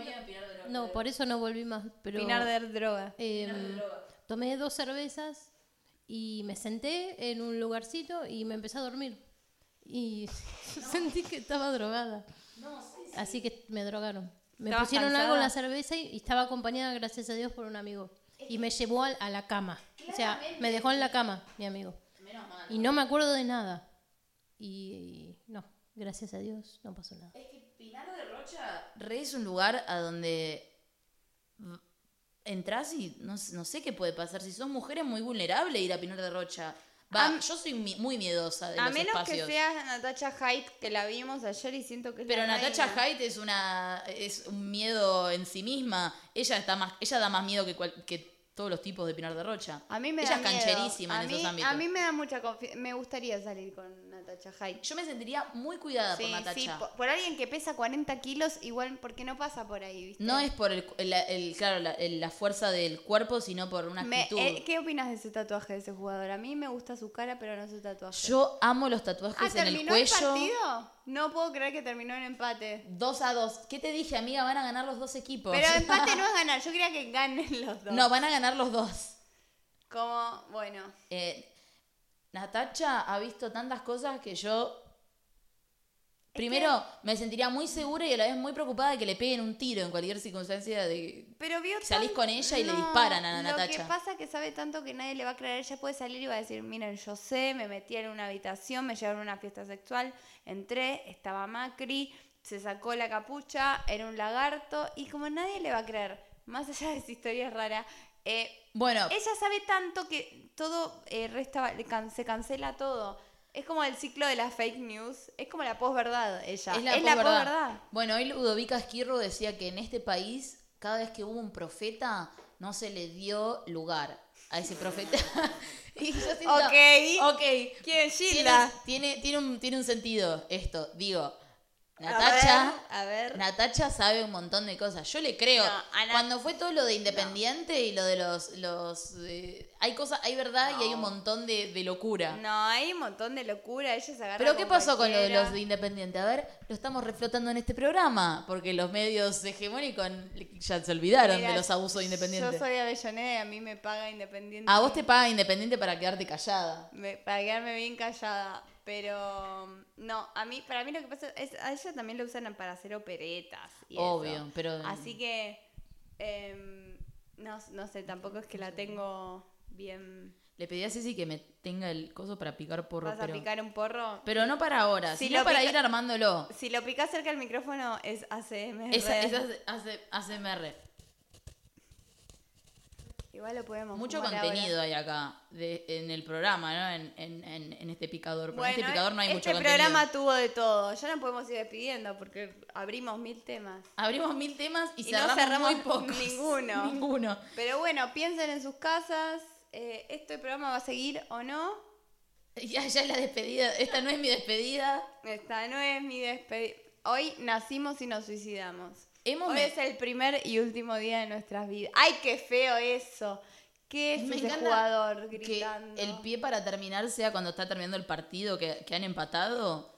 Speaker 3: No, por eso no volví más. Pero,
Speaker 2: Pinar de Droga.
Speaker 3: em, tomé dos cervezas y me senté en un lugarcito y me empecé a dormir. Y *laughs* sentí que estaba drogada. Así que me drogaron. Me
Speaker 2: ¿Estabas
Speaker 3: pusieron algo en la
Speaker 2: cansada?
Speaker 3: cerveza y, y estaba acompañada, gracias a Dios, por un amigo. Y me llevó al- a, la cama. O sea, me dejó en la cama, mi amigo. Y no me acuerdo de nada. Y, y no, gracias a Dios, no pasó nada.
Speaker 1: Es que Pinar de Rocha re es un lugar a donde v- entras y no, s- no sé qué puede pasar. Si sos mujer es muy vulnerable ir a Pinar de Rocha. Va,
Speaker 2: Am-
Speaker 1: yo soy mi- muy miedosa de
Speaker 2: A
Speaker 1: los
Speaker 2: menos
Speaker 1: espacios.
Speaker 2: que seas Natacha Haidt, que la vimos ayer y siento que es
Speaker 1: Pero
Speaker 2: la
Speaker 1: Natacha
Speaker 2: reina.
Speaker 1: Haidt es una es un miedo en sí misma. Ella está más ella da más miedo que cual- que todos los tipos de Pinar de Rocha.
Speaker 2: A mí me
Speaker 1: ella
Speaker 2: da
Speaker 1: es
Speaker 2: miedo.
Speaker 1: cancherísima
Speaker 2: a
Speaker 1: en
Speaker 2: mí,
Speaker 1: esos ámbitos.
Speaker 2: A mí me da mucha confianza. Me gustaría salir con Natacha Haidt.
Speaker 1: Yo me sentiría muy cuidada por Natacha.
Speaker 2: sí, por, por alguien que pesa 40 kilos, igual, porque no pasa por ahí, ¿viste?
Speaker 1: No es por el, el- el- claro la, el- la fuerza del cuerpo, sino por una
Speaker 2: Me-
Speaker 1: actitud.
Speaker 2: eh, ¿Qué opinas de ese tatuaje de ese jugador? A mí me gusta su cara, pero no su tatuaje.
Speaker 1: Yo amo los
Speaker 2: ah,
Speaker 1: tatuajes en el
Speaker 2: ¿terminó el,
Speaker 1: cuello.
Speaker 2: partido? No puedo creer que terminó en empate.
Speaker 1: Dos a dos. ¿Qué te dije, amiga? Van a ganar los dos equipos.
Speaker 2: Pero
Speaker 1: *laughs*
Speaker 2: empate no es ganar. Yo quería que ganen los dos.
Speaker 1: no, van a ganar los dos.
Speaker 2: Como, bueno.
Speaker 1: Eh, Natacha ha visto tantas cosas que yo.
Speaker 2: que-
Speaker 1: Primero, me sentiría muy segura y a la vez muy preocupada de que le peguen un tiro en cualquier circunstancia. De...
Speaker 2: Pero vio
Speaker 1: Salís
Speaker 2: tan-
Speaker 1: con ella y le disparan a la
Speaker 2: Lo que
Speaker 1: Natacha.
Speaker 2: pasa es que sabe tanto que nadie le va a creer. Ella puede salir y va a decir, miren, yo sé, me metí en una habitación, me llevaron a una fiesta sexual, entré, estaba Macri, se sacó la capucha, era un lagarto. Y como nadie le va a creer, más allá de esa historia rara, eh,
Speaker 1: Bueno,
Speaker 2: ella sabe tanto que todo eh, resta, val- can- se cancela todo. Es como el ciclo de las fake news. Es como la posverdad, ella.
Speaker 1: Es la, posverdad. Bueno, hoy Ludovica Esquirro decía que en este país, cada vez que hubo un profeta, no se le dio lugar a ese profeta. *laughs* y yo siento,
Speaker 2: Ok.
Speaker 1: ok.
Speaker 2: ¿Quién,
Speaker 1: Tiene,
Speaker 2: Gilda?
Speaker 1: tiene, tiene un, tiene un sentido esto. Digo,
Speaker 2: A
Speaker 1: Natacha.
Speaker 2: ver, A ver.
Speaker 1: Natacha sabe un montón de cosas. Yo le creo.
Speaker 2: No, a Na-
Speaker 1: Cuando fue todo lo de Independiente y lo de los, los eh, Hay cosas, hay verdad y hay un
Speaker 2: No.
Speaker 1: montón de, de locura.
Speaker 2: No, hay un montón de locura, ella se agarra
Speaker 1: Pero ¿qué pasó con lo de los de
Speaker 2: cualquiera.
Speaker 1: Independiente? A ver, lo estamos reflotando en este programa, porque los medios hegemónicos ya se olvidaron de
Speaker 2: Mira,
Speaker 1: los abusos de Independiente.
Speaker 2: Yo soy de Avellaneda y a mí me paga Independiente.
Speaker 1: A vos te paga Independiente para quedarte callada.
Speaker 2: Me- para quedarme bien callada. Pero mm, no, a mí, para mí lo que pasa es, a ella también lo usan para hacer operetas. y eso.
Speaker 1: Obvio, pero-
Speaker 2: Así que, em, no, no sé, tampoco es que la tengo bien...
Speaker 1: Le pedí a Ceci que me tenga el coso para picar porro,
Speaker 2: ¿Vas a
Speaker 1: pero,
Speaker 2: picar un porro?
Speaker 1: pero no para ahora,
Speaker 2: Si
Speaker 1: sino
Speaker 2: lo
Speaker 1: para
Speaker 2: pica-
Speaker 1: ir armándolo.
Speaker 2: Si lo picás cerca del micrófono es ACMR.
Speaker 1: Esa, esa hace, hace ASMR.
Speaker 2: Igual lo podemos
Speaker 1: Mucho
Speaker 2: fumar
Speaker 1: contenido
Speaker 2: ahora.
Speaker 1: hay acá de- en el programa, ¿no? En, en- en- en este picador. Pero en
Speaker 2: Bueno,
Speaker 1: este picador no hay
Speaker 2: este
Speaker 1: mucho contenido.
Speaker 2: programa tuvo de todo. Ya no podemos ir despidiendo porque abrimos mil temas.
Speaker 1: Abrimos mil temas y,
Speaker 2: Y no
Speaker 1: cerramos,
Speaker 2: cerramos
Speaker 1: muy pocos.
Speaker 2: *laughs*
Speaker 1: *laughs*
Speaker 2: ninguno.
Speaker 1: ninguno.
Speaker 2: Pero bueno, piensen en sus casas. eh, ¿Este programa va a seguir o no?
Speaker 1: Ya, ya es la despedida. Esta no es mi despedida.
Speaker 2: Esta no es mi despedida. Hoy nacimos y nos suicidamos.
Speaker 1: Hemos
Speaker 2: Hoy
Speaker 1: me-
Speaker 2: es el primer y último día de nuestras vidas. ¡Ay, qué feo eso! ¿Qué es
Speaker 1: Me
Speaker 2: ese
Speaker 1: encanta
Speaker 2: jugador
Speaker 1: Que
Speaker 2: gritando?
Speaker 1: el pie para terminar sea cuando está terminando el partido que, que han empatado.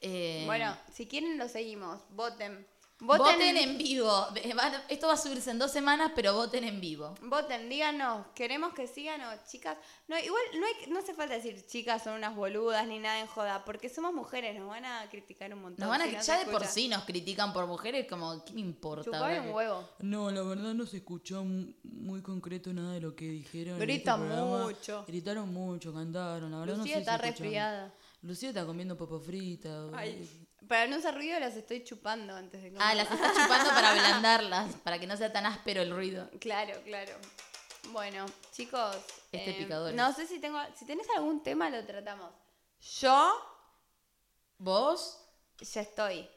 Speaker 1: Eh,
Speaker 2: Bueno, si quieren lo seguimos. Voten.
Speaker 1: voten,
Speaker 2: Voten,
Speaker 1: en vivo. Eh, van- Esto va a subirse en dos semanas, pero voten en vivo.
Speaker 2: voten, díganos, queremos que sigan o chicas. No, igual no, hay, no hace falta decir chicas son unas boludas ni nada en joda, porque somos mujeres, nos van a criticar un montón.
Speaker 1: Nos van a,
Speaker 2: si no se
Speaker 1: ya de por
Speaker 2: escucha.
Speaker 1: sí nos critican por mujeres, como, ¿qué me importa?
Speaker 2: Chupame
Speaker 1: boludo?
Speaker 2: un huevo.
Speaker 4: No, la verdad no se escuchó mu- muy concreto nada de lo que dijeron. en
Speaker 2: Grita
Speaker 4: este programa.
Speaker 2: mucho.
Speaker 4: Gritaron mucho, cantaron. La
Speaker 2: Lucía
Speaker 4: verdad no sé si
Speaker 2: está
Speaker 4: escucharon.
Speaker 2: resfriada.
Speaker 4: Lucía está comiendo papo frita.
Speaker 2: Ay, para no hacer ruido las estoy chupando antes de comer.
Speaker 1: Ah, las está chupando para ablandarlas, para que no sea tan áspero el ruido.
Speaker 2: Claro, claro. Bueno, chicos. eh,
Speaker 1: Este picador.
Speaker 2: No sé si tengo. Si tenés algún tema, lo tratamos. Yo
Speaker 1: ¿Vos?
Speaker 2: ya estoy.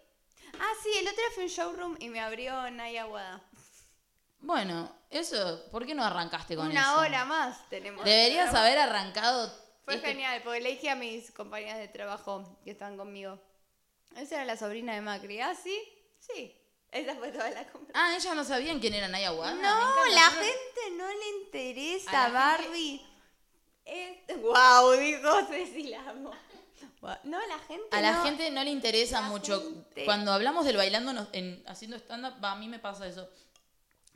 Speaker 2: Ah, sí, el otro día fui a un showroom y me abrió Naya Aguada.
Speaker 1: Bueno, eso, ¿por qué no arrancaste con
Speaker 2: Una
Speaker 1: eso?
Speaker 2: hora más tenemos.
Speaker 1: Deberías haber arrancado.
Speaker 2: Fue
Speaker 1: este-
Speaker 2: genial, porque le dije a mis compañeras de trabajo que estaban conmigo. Esa era la sobrina de Macri. Ah, sí, sí. Esa fue toda la conversación.
Speaker 1: Ah, ellas no sabían quién era Naya Wada.
Speaker 2: No,
Speaker 1: Me encanta.
Speaker 2: la gente no le interesa,
Speaker 1: A la gente-
Speaker 2: Barbie. Es... Wow, dijo Ceci la amo. Guau. No, la gente
Speaker 1: A la
Speaker 2: no-
Speaker 1: gente no le interesa
Speaker 2: La
Speaker 1: mucho.
Speaker 2: gente-
Speaker 1: Cuando hablamos del bailando, nos- en, haciendo stand-up, va, a mí me pasa eso.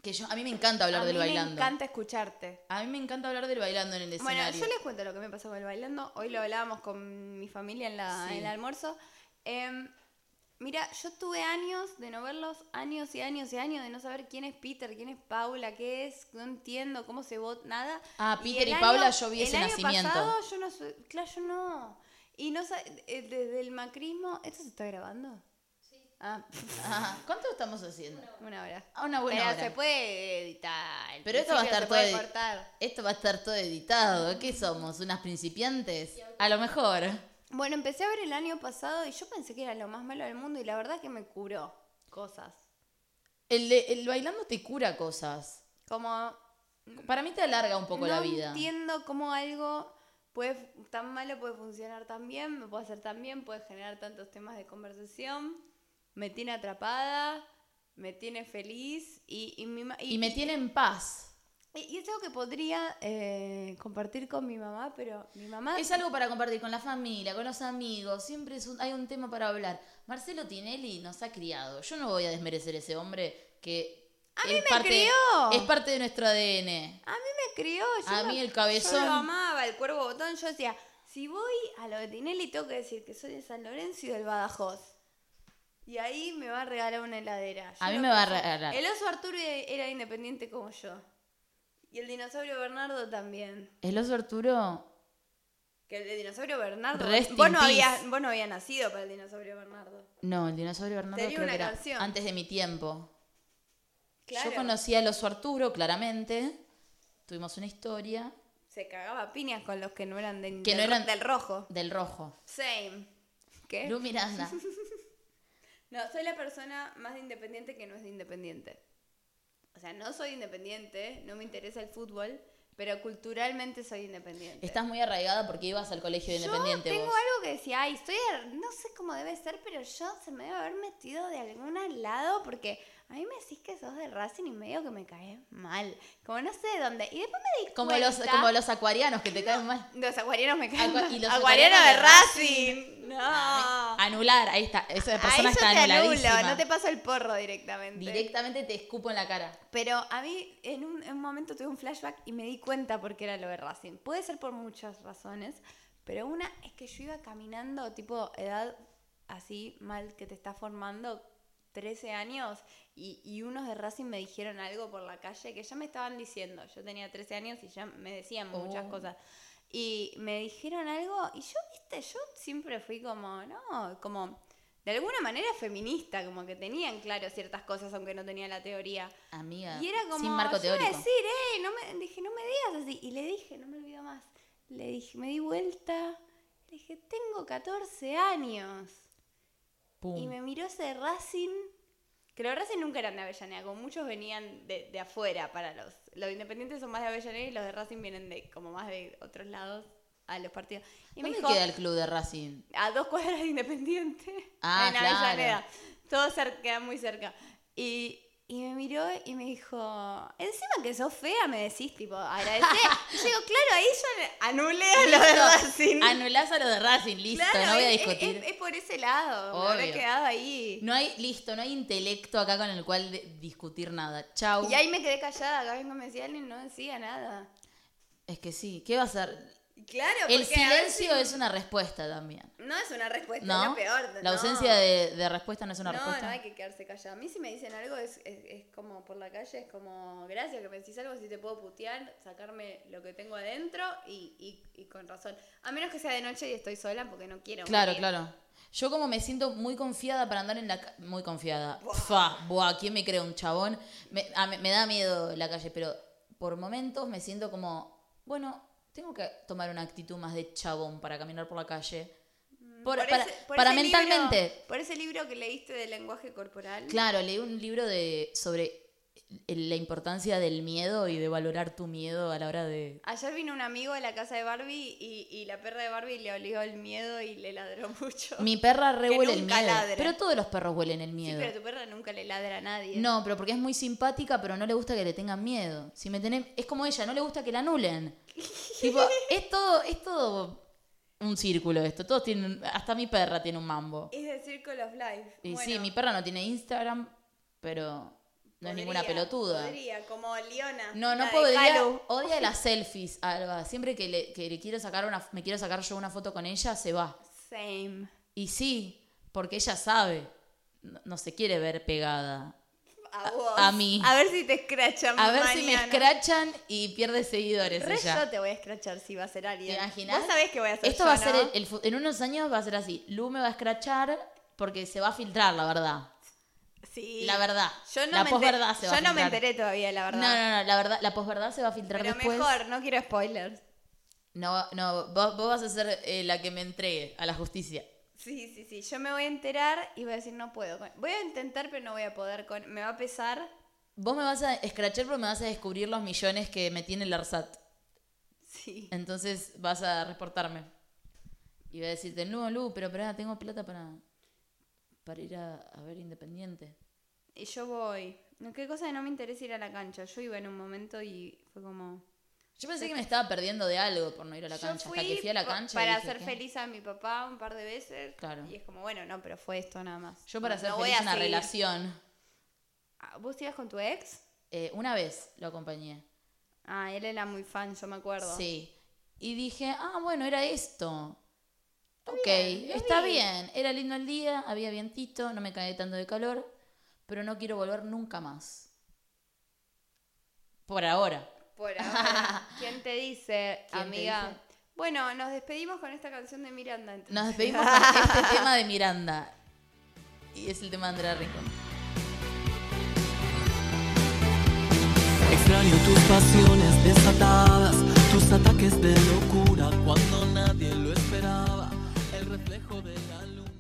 Speaker 1: Que yo, a mí me encanta hablar
Speaker 2: a
Speaker 1: del
Speaker 2: mí
Speaker 1: bailando.
Speaker 2: me encanta escucharte.
Speaker 1: A mí me encanta hablar del bailando en el
Speaker 2: Bueno,
Speaker 1: escenario.
Speaker 2: yo les cuento lo que me pasó con el bailando. Hoy lo hablábamos con mi familia en, la-
Speaker 1: Sí.
Speaker 2: en el almuerzo. Em, mira, yo tuve años de no verlos, años y años y años de no saber quién es Peter, quién es Paula, qué es, no entiendo cómo se vota, nada.
Speaker 1: Ah, Peter
Speaker 2: el
Speaker 1: y Paula yo vi ese
Speaker 2: el año
Speaker 1: nacimiento.
Speaker 2: Pasado, yo no sé, claro, yo no. Y no sa- eh, desde el macrismo, ¿esto se está grabando? Sí. Ah, *laughs*
Speaker 1: Ajá. ¿Cuánto estamos haciendo?
Speaker 2: una hora.
Speaker 1: Ah, una buena
Speaker 2: Pero
Speaker 1: hora.
Speaker 2: se puede editar.
Speaker 1: Pero esto va a estar
Speaker 2: principio
Speaker 1: todo
Speaker 2: se puede
Speaker 1: edi-
Speaker 2: cortar.
Speaker 1: Esto va a estar todo editado. ¿Qué somos? ¿Unas principiantes? A lo mejor.
Speaker 2: Bueno, empecé a ver el año pasado y yo pensé que era lo más malo del mundo y la verdad que me curó cosas.
Speaker 1: El, de- el bailando te cura cosas.
Speaker 2: Como
Speaker 1: Para mí te alarga un poco
Speaker 2: no
Speaker 1: la vida.
Speaker 2: entiendo cómo algo puede fu- tan malo puede funcionar tan bien, me puede hacer tan bien, puede generar tantos temas de conversación, me tiene atrapada, me tiene feliz y, y mi ma-
Speaker 1: Y me tiene en paz.
Speaker 2: y- y es algo que podría eh, compartir con mi mamá, pero mi mamá
Speaker 1: Es algo para compartir con la familia, con los amigos, siempre es un- hay un tema para hablar. Marcelo Tinelli nos ha criado. Yo no voy a desmerecer ese hombre que
Speaker 2: ¡A mí me crió!
Speaker 1: es parte de nuestro ADN.
Speaker 2: A mí me crió. Yo
Speaker 1: A
Speaker 2: lo-
Speaker 1: mí el cabezón.
Speaker 2: Yo lo amaba, el cuervo botón. Yo decía, si voy a lo de Tinelli, tengo que decir que soy de San Lorenzo y del Badajoz. Y ahí me va a regalar una heladera. Yo
Speaker 1: A mí
Speaker 2: lo
Speaker 1: me va a
Speaker 2: pensé.
Speaker 1: regalar.
Speaker 2: El oso Arturo era independiente como yo. Y el dinosaurio Bernardo también.
Speaker 1: El oso Arturo
Speaker 2: Que el de dinosaurio Bernardo.
Speaker 1: Rest
Speaker 2: vos,
Speaker 1: in
Speaker 2: no
Speaker 1: peace.
Speaker 2: habías, vos no habías nacido para el dinosaurio Bernardo.
Speaker 1: No, el dinosaurio Bernardo
Speaker 2: Tenía
Speaker 1: creo
Speaker 2: una
Speaker 1: que era
Speaker 2: canción.
Speaker 1: antes de mi tiempo.
Speaker 2: Claro.
Speaker 1: Yo conocía al oso Arturo, claramente. Tuvimos una historia
Speaker 2: Se cagaba a piñas con los que no eran, de,
Speaker 1: Que
Speaker 2: del,
Speaker 1: no eran-
Speaker 2: del rojo.
Speaker 1: del rojo.
Speaker 2: Same. ¿Qué?
Speaker 1: Lu
Speaker 2: *laughs*
Speaker 1: Miranda.
Speaker 2: No, soy la persona más independiente que no es independiente. O sea, no soy independiente, no me interesa el fútbol, pero culturalmente soy independiente.
Speaker 1: Estás muy arraigada porque ibas al colegio de independiente
Speaker 2: yo tengo
Speaker 1: vos.
Speaker 2: algo que decía, ay, estoy, ar- no sé cómo debe ser, pero yo se me debe haber metido de algún lado porque a mí me decís que sos de Racing y medio que me caes mal. Como no sé de dónde. Y después me di
Speaker 1: Como
Speaker 2: cuenta...
Speaker 1: los, como los acuarianos que te caen mal.
Speaker 2: Los acuarianos me caen
Speaker 1: Acua-
Speaker 2: mal.
Speaker 1: y los
Speaker 2: acuarianos de
Speaker 1: acuarianos
Speaker 2: Racing. No.
Speaker 1: Anular, ahí está. Esa
Speaker 2: Ahí
Speaker 1: persona
Speaker 2: yo te
Speaker 1: está anuladísima.
Speaker 2: anulo, no te paso el porro directamente.
Speaker 1: Directamente te escupo en la cara.
Speaker 2: Pero a mí en un, en un momento tuve un flashback y me di cuenta por qué era lo de Racing. Puede ser por muchas razones, pero una es que yo iba caminando, tipo edad así mal que te está formando, 13 años, y, y unos de Racing me dijeron algo por la calle que ya me estaban diciendo. Yo tenía 13 años y ya me decían muchas
Speaker 1: Oh.
Speaker 2: cosas. Y me dijeron algo, y yo, viste, yo siempre fui como, no, como de alguna manera feminista, como que tenían claro ciertas cosas, aunque no tenía la teoría.
Speaker 1: Amiga.
Speaker 2: Y era como,
Speaker 1: sin marco
Speaker 2: yo iba a
Speaker 1: teórico.
Speaker 2: decir, eh, no me, dije, no me digas así. Y le dije, no me olvido más. Le dije, me di vuelta. Le dije, tengo 14 años.
Speaker 1: Uh.
Speaker 4: Pum.
Speaker 2: Y me miró ese de Racing. Que los de Racing nunca eran de Avellaneda, como muchos venían de, de afuera para los. Los independientes son más de Avellaneda y los de Racing vienen de como más de otros lados a los partidos. Y me
Speaker 1: ¿Dónde
Speaker 2: dijo,
Speaker 1: queda el club de Racing?
Speaker 2: a dos cuadras de Independiente.
Speaker 1: Ah,
Speaker 2: en
Speaker 1: claro.
Speaker 2: Avellaneda. Todo cerca, muy cerca. Y, y me miró y me dijo, encima que sos fea, me decís, tipo, agradecé.
Speaker 1: *laughs*
Speaker 2: Y yo digo, claro, ahí yo le- anulé a *laughs* lo de
Speaker 1: Listo.
Speaker 2: Racing.
Speaker 1: Anulás a los de Racing, listo.
Speaker 2: Claro, eh,
Speaker 1: no voy a
Speaker 2: es- es-
Speaker 1: discutir.
Speaker 2: Es, es por ese lado, me habré
Speaker 1: Obvio.
Speaker 2: quedado ahí.
Speaker 1: No hay, listo, no hay intelecto acá con el cual de- discutir nada. Chau.
Speaker 2: Y ahí me quedé callada, Gaby no me decía y no decía nada.
Speaker 1: Es que sí, ¿qué va a ser?
Speaker 2: Claro,
Speaker 1: El
Speaker 2: porque a veces
Speaker 1: silencio es una respuesta también.
Speaker 2: No es una respuesta,
Speaker 1: ¿No?
Speaker 2: es lo peor.
Speaker 1: la
Speaker 2: no.
Speaker 1: ausencia de, de respuesta no es una
Speaker 2: no,
Speaker 1: respuesta.
Speaker 2: no hay que quedarse callado. A mí si me dicen algo es, es, es como por la calle, es como, gracias que me decís algo, si te puedo putear, sacarme lo que tengo adentro y, y- y con razón. A menos que sea de noche y estoy sola porque no quiero.
Speaker 1: Claro,
Speaker 2: morir.
Speaker 1: claro. Yo como me siento muy confiada para andar en la calle. Muy confiada. Fa, buah, ¿quién me cree? Un chabón. Me, a- me- me da miedo la calle, pero por momentos me siento como, bueno, tengo que tomar una actitud más de chabón para caminar por la calle. Por-
Speaker 2: Mm, Por
Speaker 1: para
Speaker 2: ese- por
Speaker 1: para
Speaker 2: ese
Speaker 1: mentalmente.
Speaker 2: libro- por ese libro que leíste de lenguaje corporal.
Speaker 1: Claro, leí un libro de sobre el- la importancia del miedo y de valorar tu miedo a la hora de...
Speaker 2: Ayer vino un amigo de la casa de Barbie y, y la perra de Barbie le olió el miedo y le ladró *laughs* mucho.
Speaker 1: Mi perra re
Speaker 2: Que
Speaker 1: huele el
Speaker 2: nunca
Speaker 1: miedo.
Speaker 2: ladra.
Speaker 1: Pero todos los perros huelen el
Speaker 2: Sí,
Speaker 1: miedo.
Speaker 2: pero tu perra nunca le ladra a nadie.
Speaker 1: No, pero porque es muy simpática, pero no le gusta que le tengan miedo. Si me tenés, es como ella, no le gusta que la
Speaker 2: *laughs*
Speaker 1: anulen. tipo, es todo, es todo un círculo esto. Todos tienen, hasta mi perra tiene un mambo.
Speaker 2: Es el Circle of Life.
Speaker 1: Y sí,
Speaker 2: Bueno.
Speaker 1: mi perra no tiene Instagram, pero no es ninguna
Speaker 2: Podría,
Speaker 1: pelotuda.
Speaker 2: Podría, como Leona.
Speaker 1: No,
Speaker 2: la
Speaker 1: no
Speaker 2: de
Speaker 1: podría.
Speaker 2: Halo.
Speaker 1: Odia las selfies, Alba. Siempre que le, que le quiero sacar una, me quiero sacar yo una foto con ella, se va.
Speaker 2: Same.
Speaker 1: Y sí, porque ella sabe. No, no se quiere ver pegada.
Speaker 2: A vos.
Speaker 1: a mí.
Speaker 2: A ver si te escrachan.
Speaker 1: A ver si me
Speaker 2: mañana.
Speaker 1: escrachan y pierde seguidores
Speaker 2: Re
Speaker 1: ella.
Speaker 2: yo te voy a escrachar si va a ser alguien.
Speaker 1: ¿Te imaginas?
Speaker 2: Vos sabés que voy a hacer
Speaker 1: Esto
Speaker 2: yo,
Speaker 1: va a ser
Speaker 2: ¿no?
Speaker 1: el, el fu- en unos años va a ser así. Lu me va a escrachar porque se va a filtrar, la verdad.
Speaker 2: Sí.
Speaker 1: La verdad.
Speaker 2: Yo no
Speaker 1: la
Speaker 2: me
Speaker 1: posverdad
Speaker 2: enteré-
Speaker 1: se va a
Speaker 2: Yo no me
Speaker 1: filtrar.
Speaker 2: enteré todavía, la verdad.
Speaker 1: No, no, no, la verdad, la posverdad se va a filtrar
Speaker 2: Pero
Speaker 1: después.
Speaker 2: mejor, no quiero spoilers.
Speaker 1: No, no, vos, vos vas a ser eh, la que me entregue a la justicia.
Speaker 2: Sí, sí, sí. Yo me voy a enterar y voy a decir no puedo. con- Voy a intentar, pero no voy a poder con. Me va a pesar.
Speaker 1: Vos me vas a escrachar porque me vas a descubrir los millones que me tiene el ARSAT.
Speaker 2: Sí.
Speaker 1: Entonces vas a reportarme. Y voy a decirte, no, Lu, pero pará, tengo plata para, para ir a, a ver Independiente.
Speaker 2: Y yo voy. No, qué cosa que no me interesa ir a la cancha. Yo iba en un momento y fue como.
Speaker 1: Yo pensé que me estaba perdiendo de algo por no ir a la cancha. Hasta que fui a la
Speaker 2: pa-
Speaker 1: cancha. y
Speaker 2: para
Speaker 1: dije,
Speaker 2: hacer
Speaker 1: ¿qué?
Speaker 2: feliz a mi papá un par de veces.
Speaker 1: Claro.
Speaker 2: Y es como, bueno, no, pero fue esto nada más.
Speaker 1: Yo para
Speaker 2: No
Speaker 1: hacer
Speaker 2: voy
Speaker 1: feliz
Speaker 2: a
Speaker 1: una
Speaker 2: seguir.
Speaker 1: relación.
Speaker 2: Ah, ¿Vos ibas con tu ex?
Speaker 1: Eh, una vez lo acompañé.
Speaker 2: Ah, él era muy fan, yo me acuerdo.
Speaker 1: Sí. Y dije, ah, bueno, era esto. ok,
Speaker 2: bien, lo
Speaker 1: está
Speaker 2: vi.
Speaker 1: bien. Era lindo el día, había vientito, no me caí tanto de calor, pero no quiero volver nunca más. Por ahora.
Speaker 2: Por
Speaker 1: *laughs*
Speaker 2: ahora. ¿Quién te dice,
Speaker 1: ¿Quién te
Speaker 2: amiga?
Speaker 1: dice?
Speaker 2: Bueno, nos despedimos con esta canción de Miranda. entonces.
Speaker 1: Nos despedimos con este *laughs* tema de Miranda. Y es el tema de Andrea Rincón.
Speaker 5: Extraño tus pasiones desatadas, tus ataques de locura cuando nadie lo esperaba, el reflejo de la luna.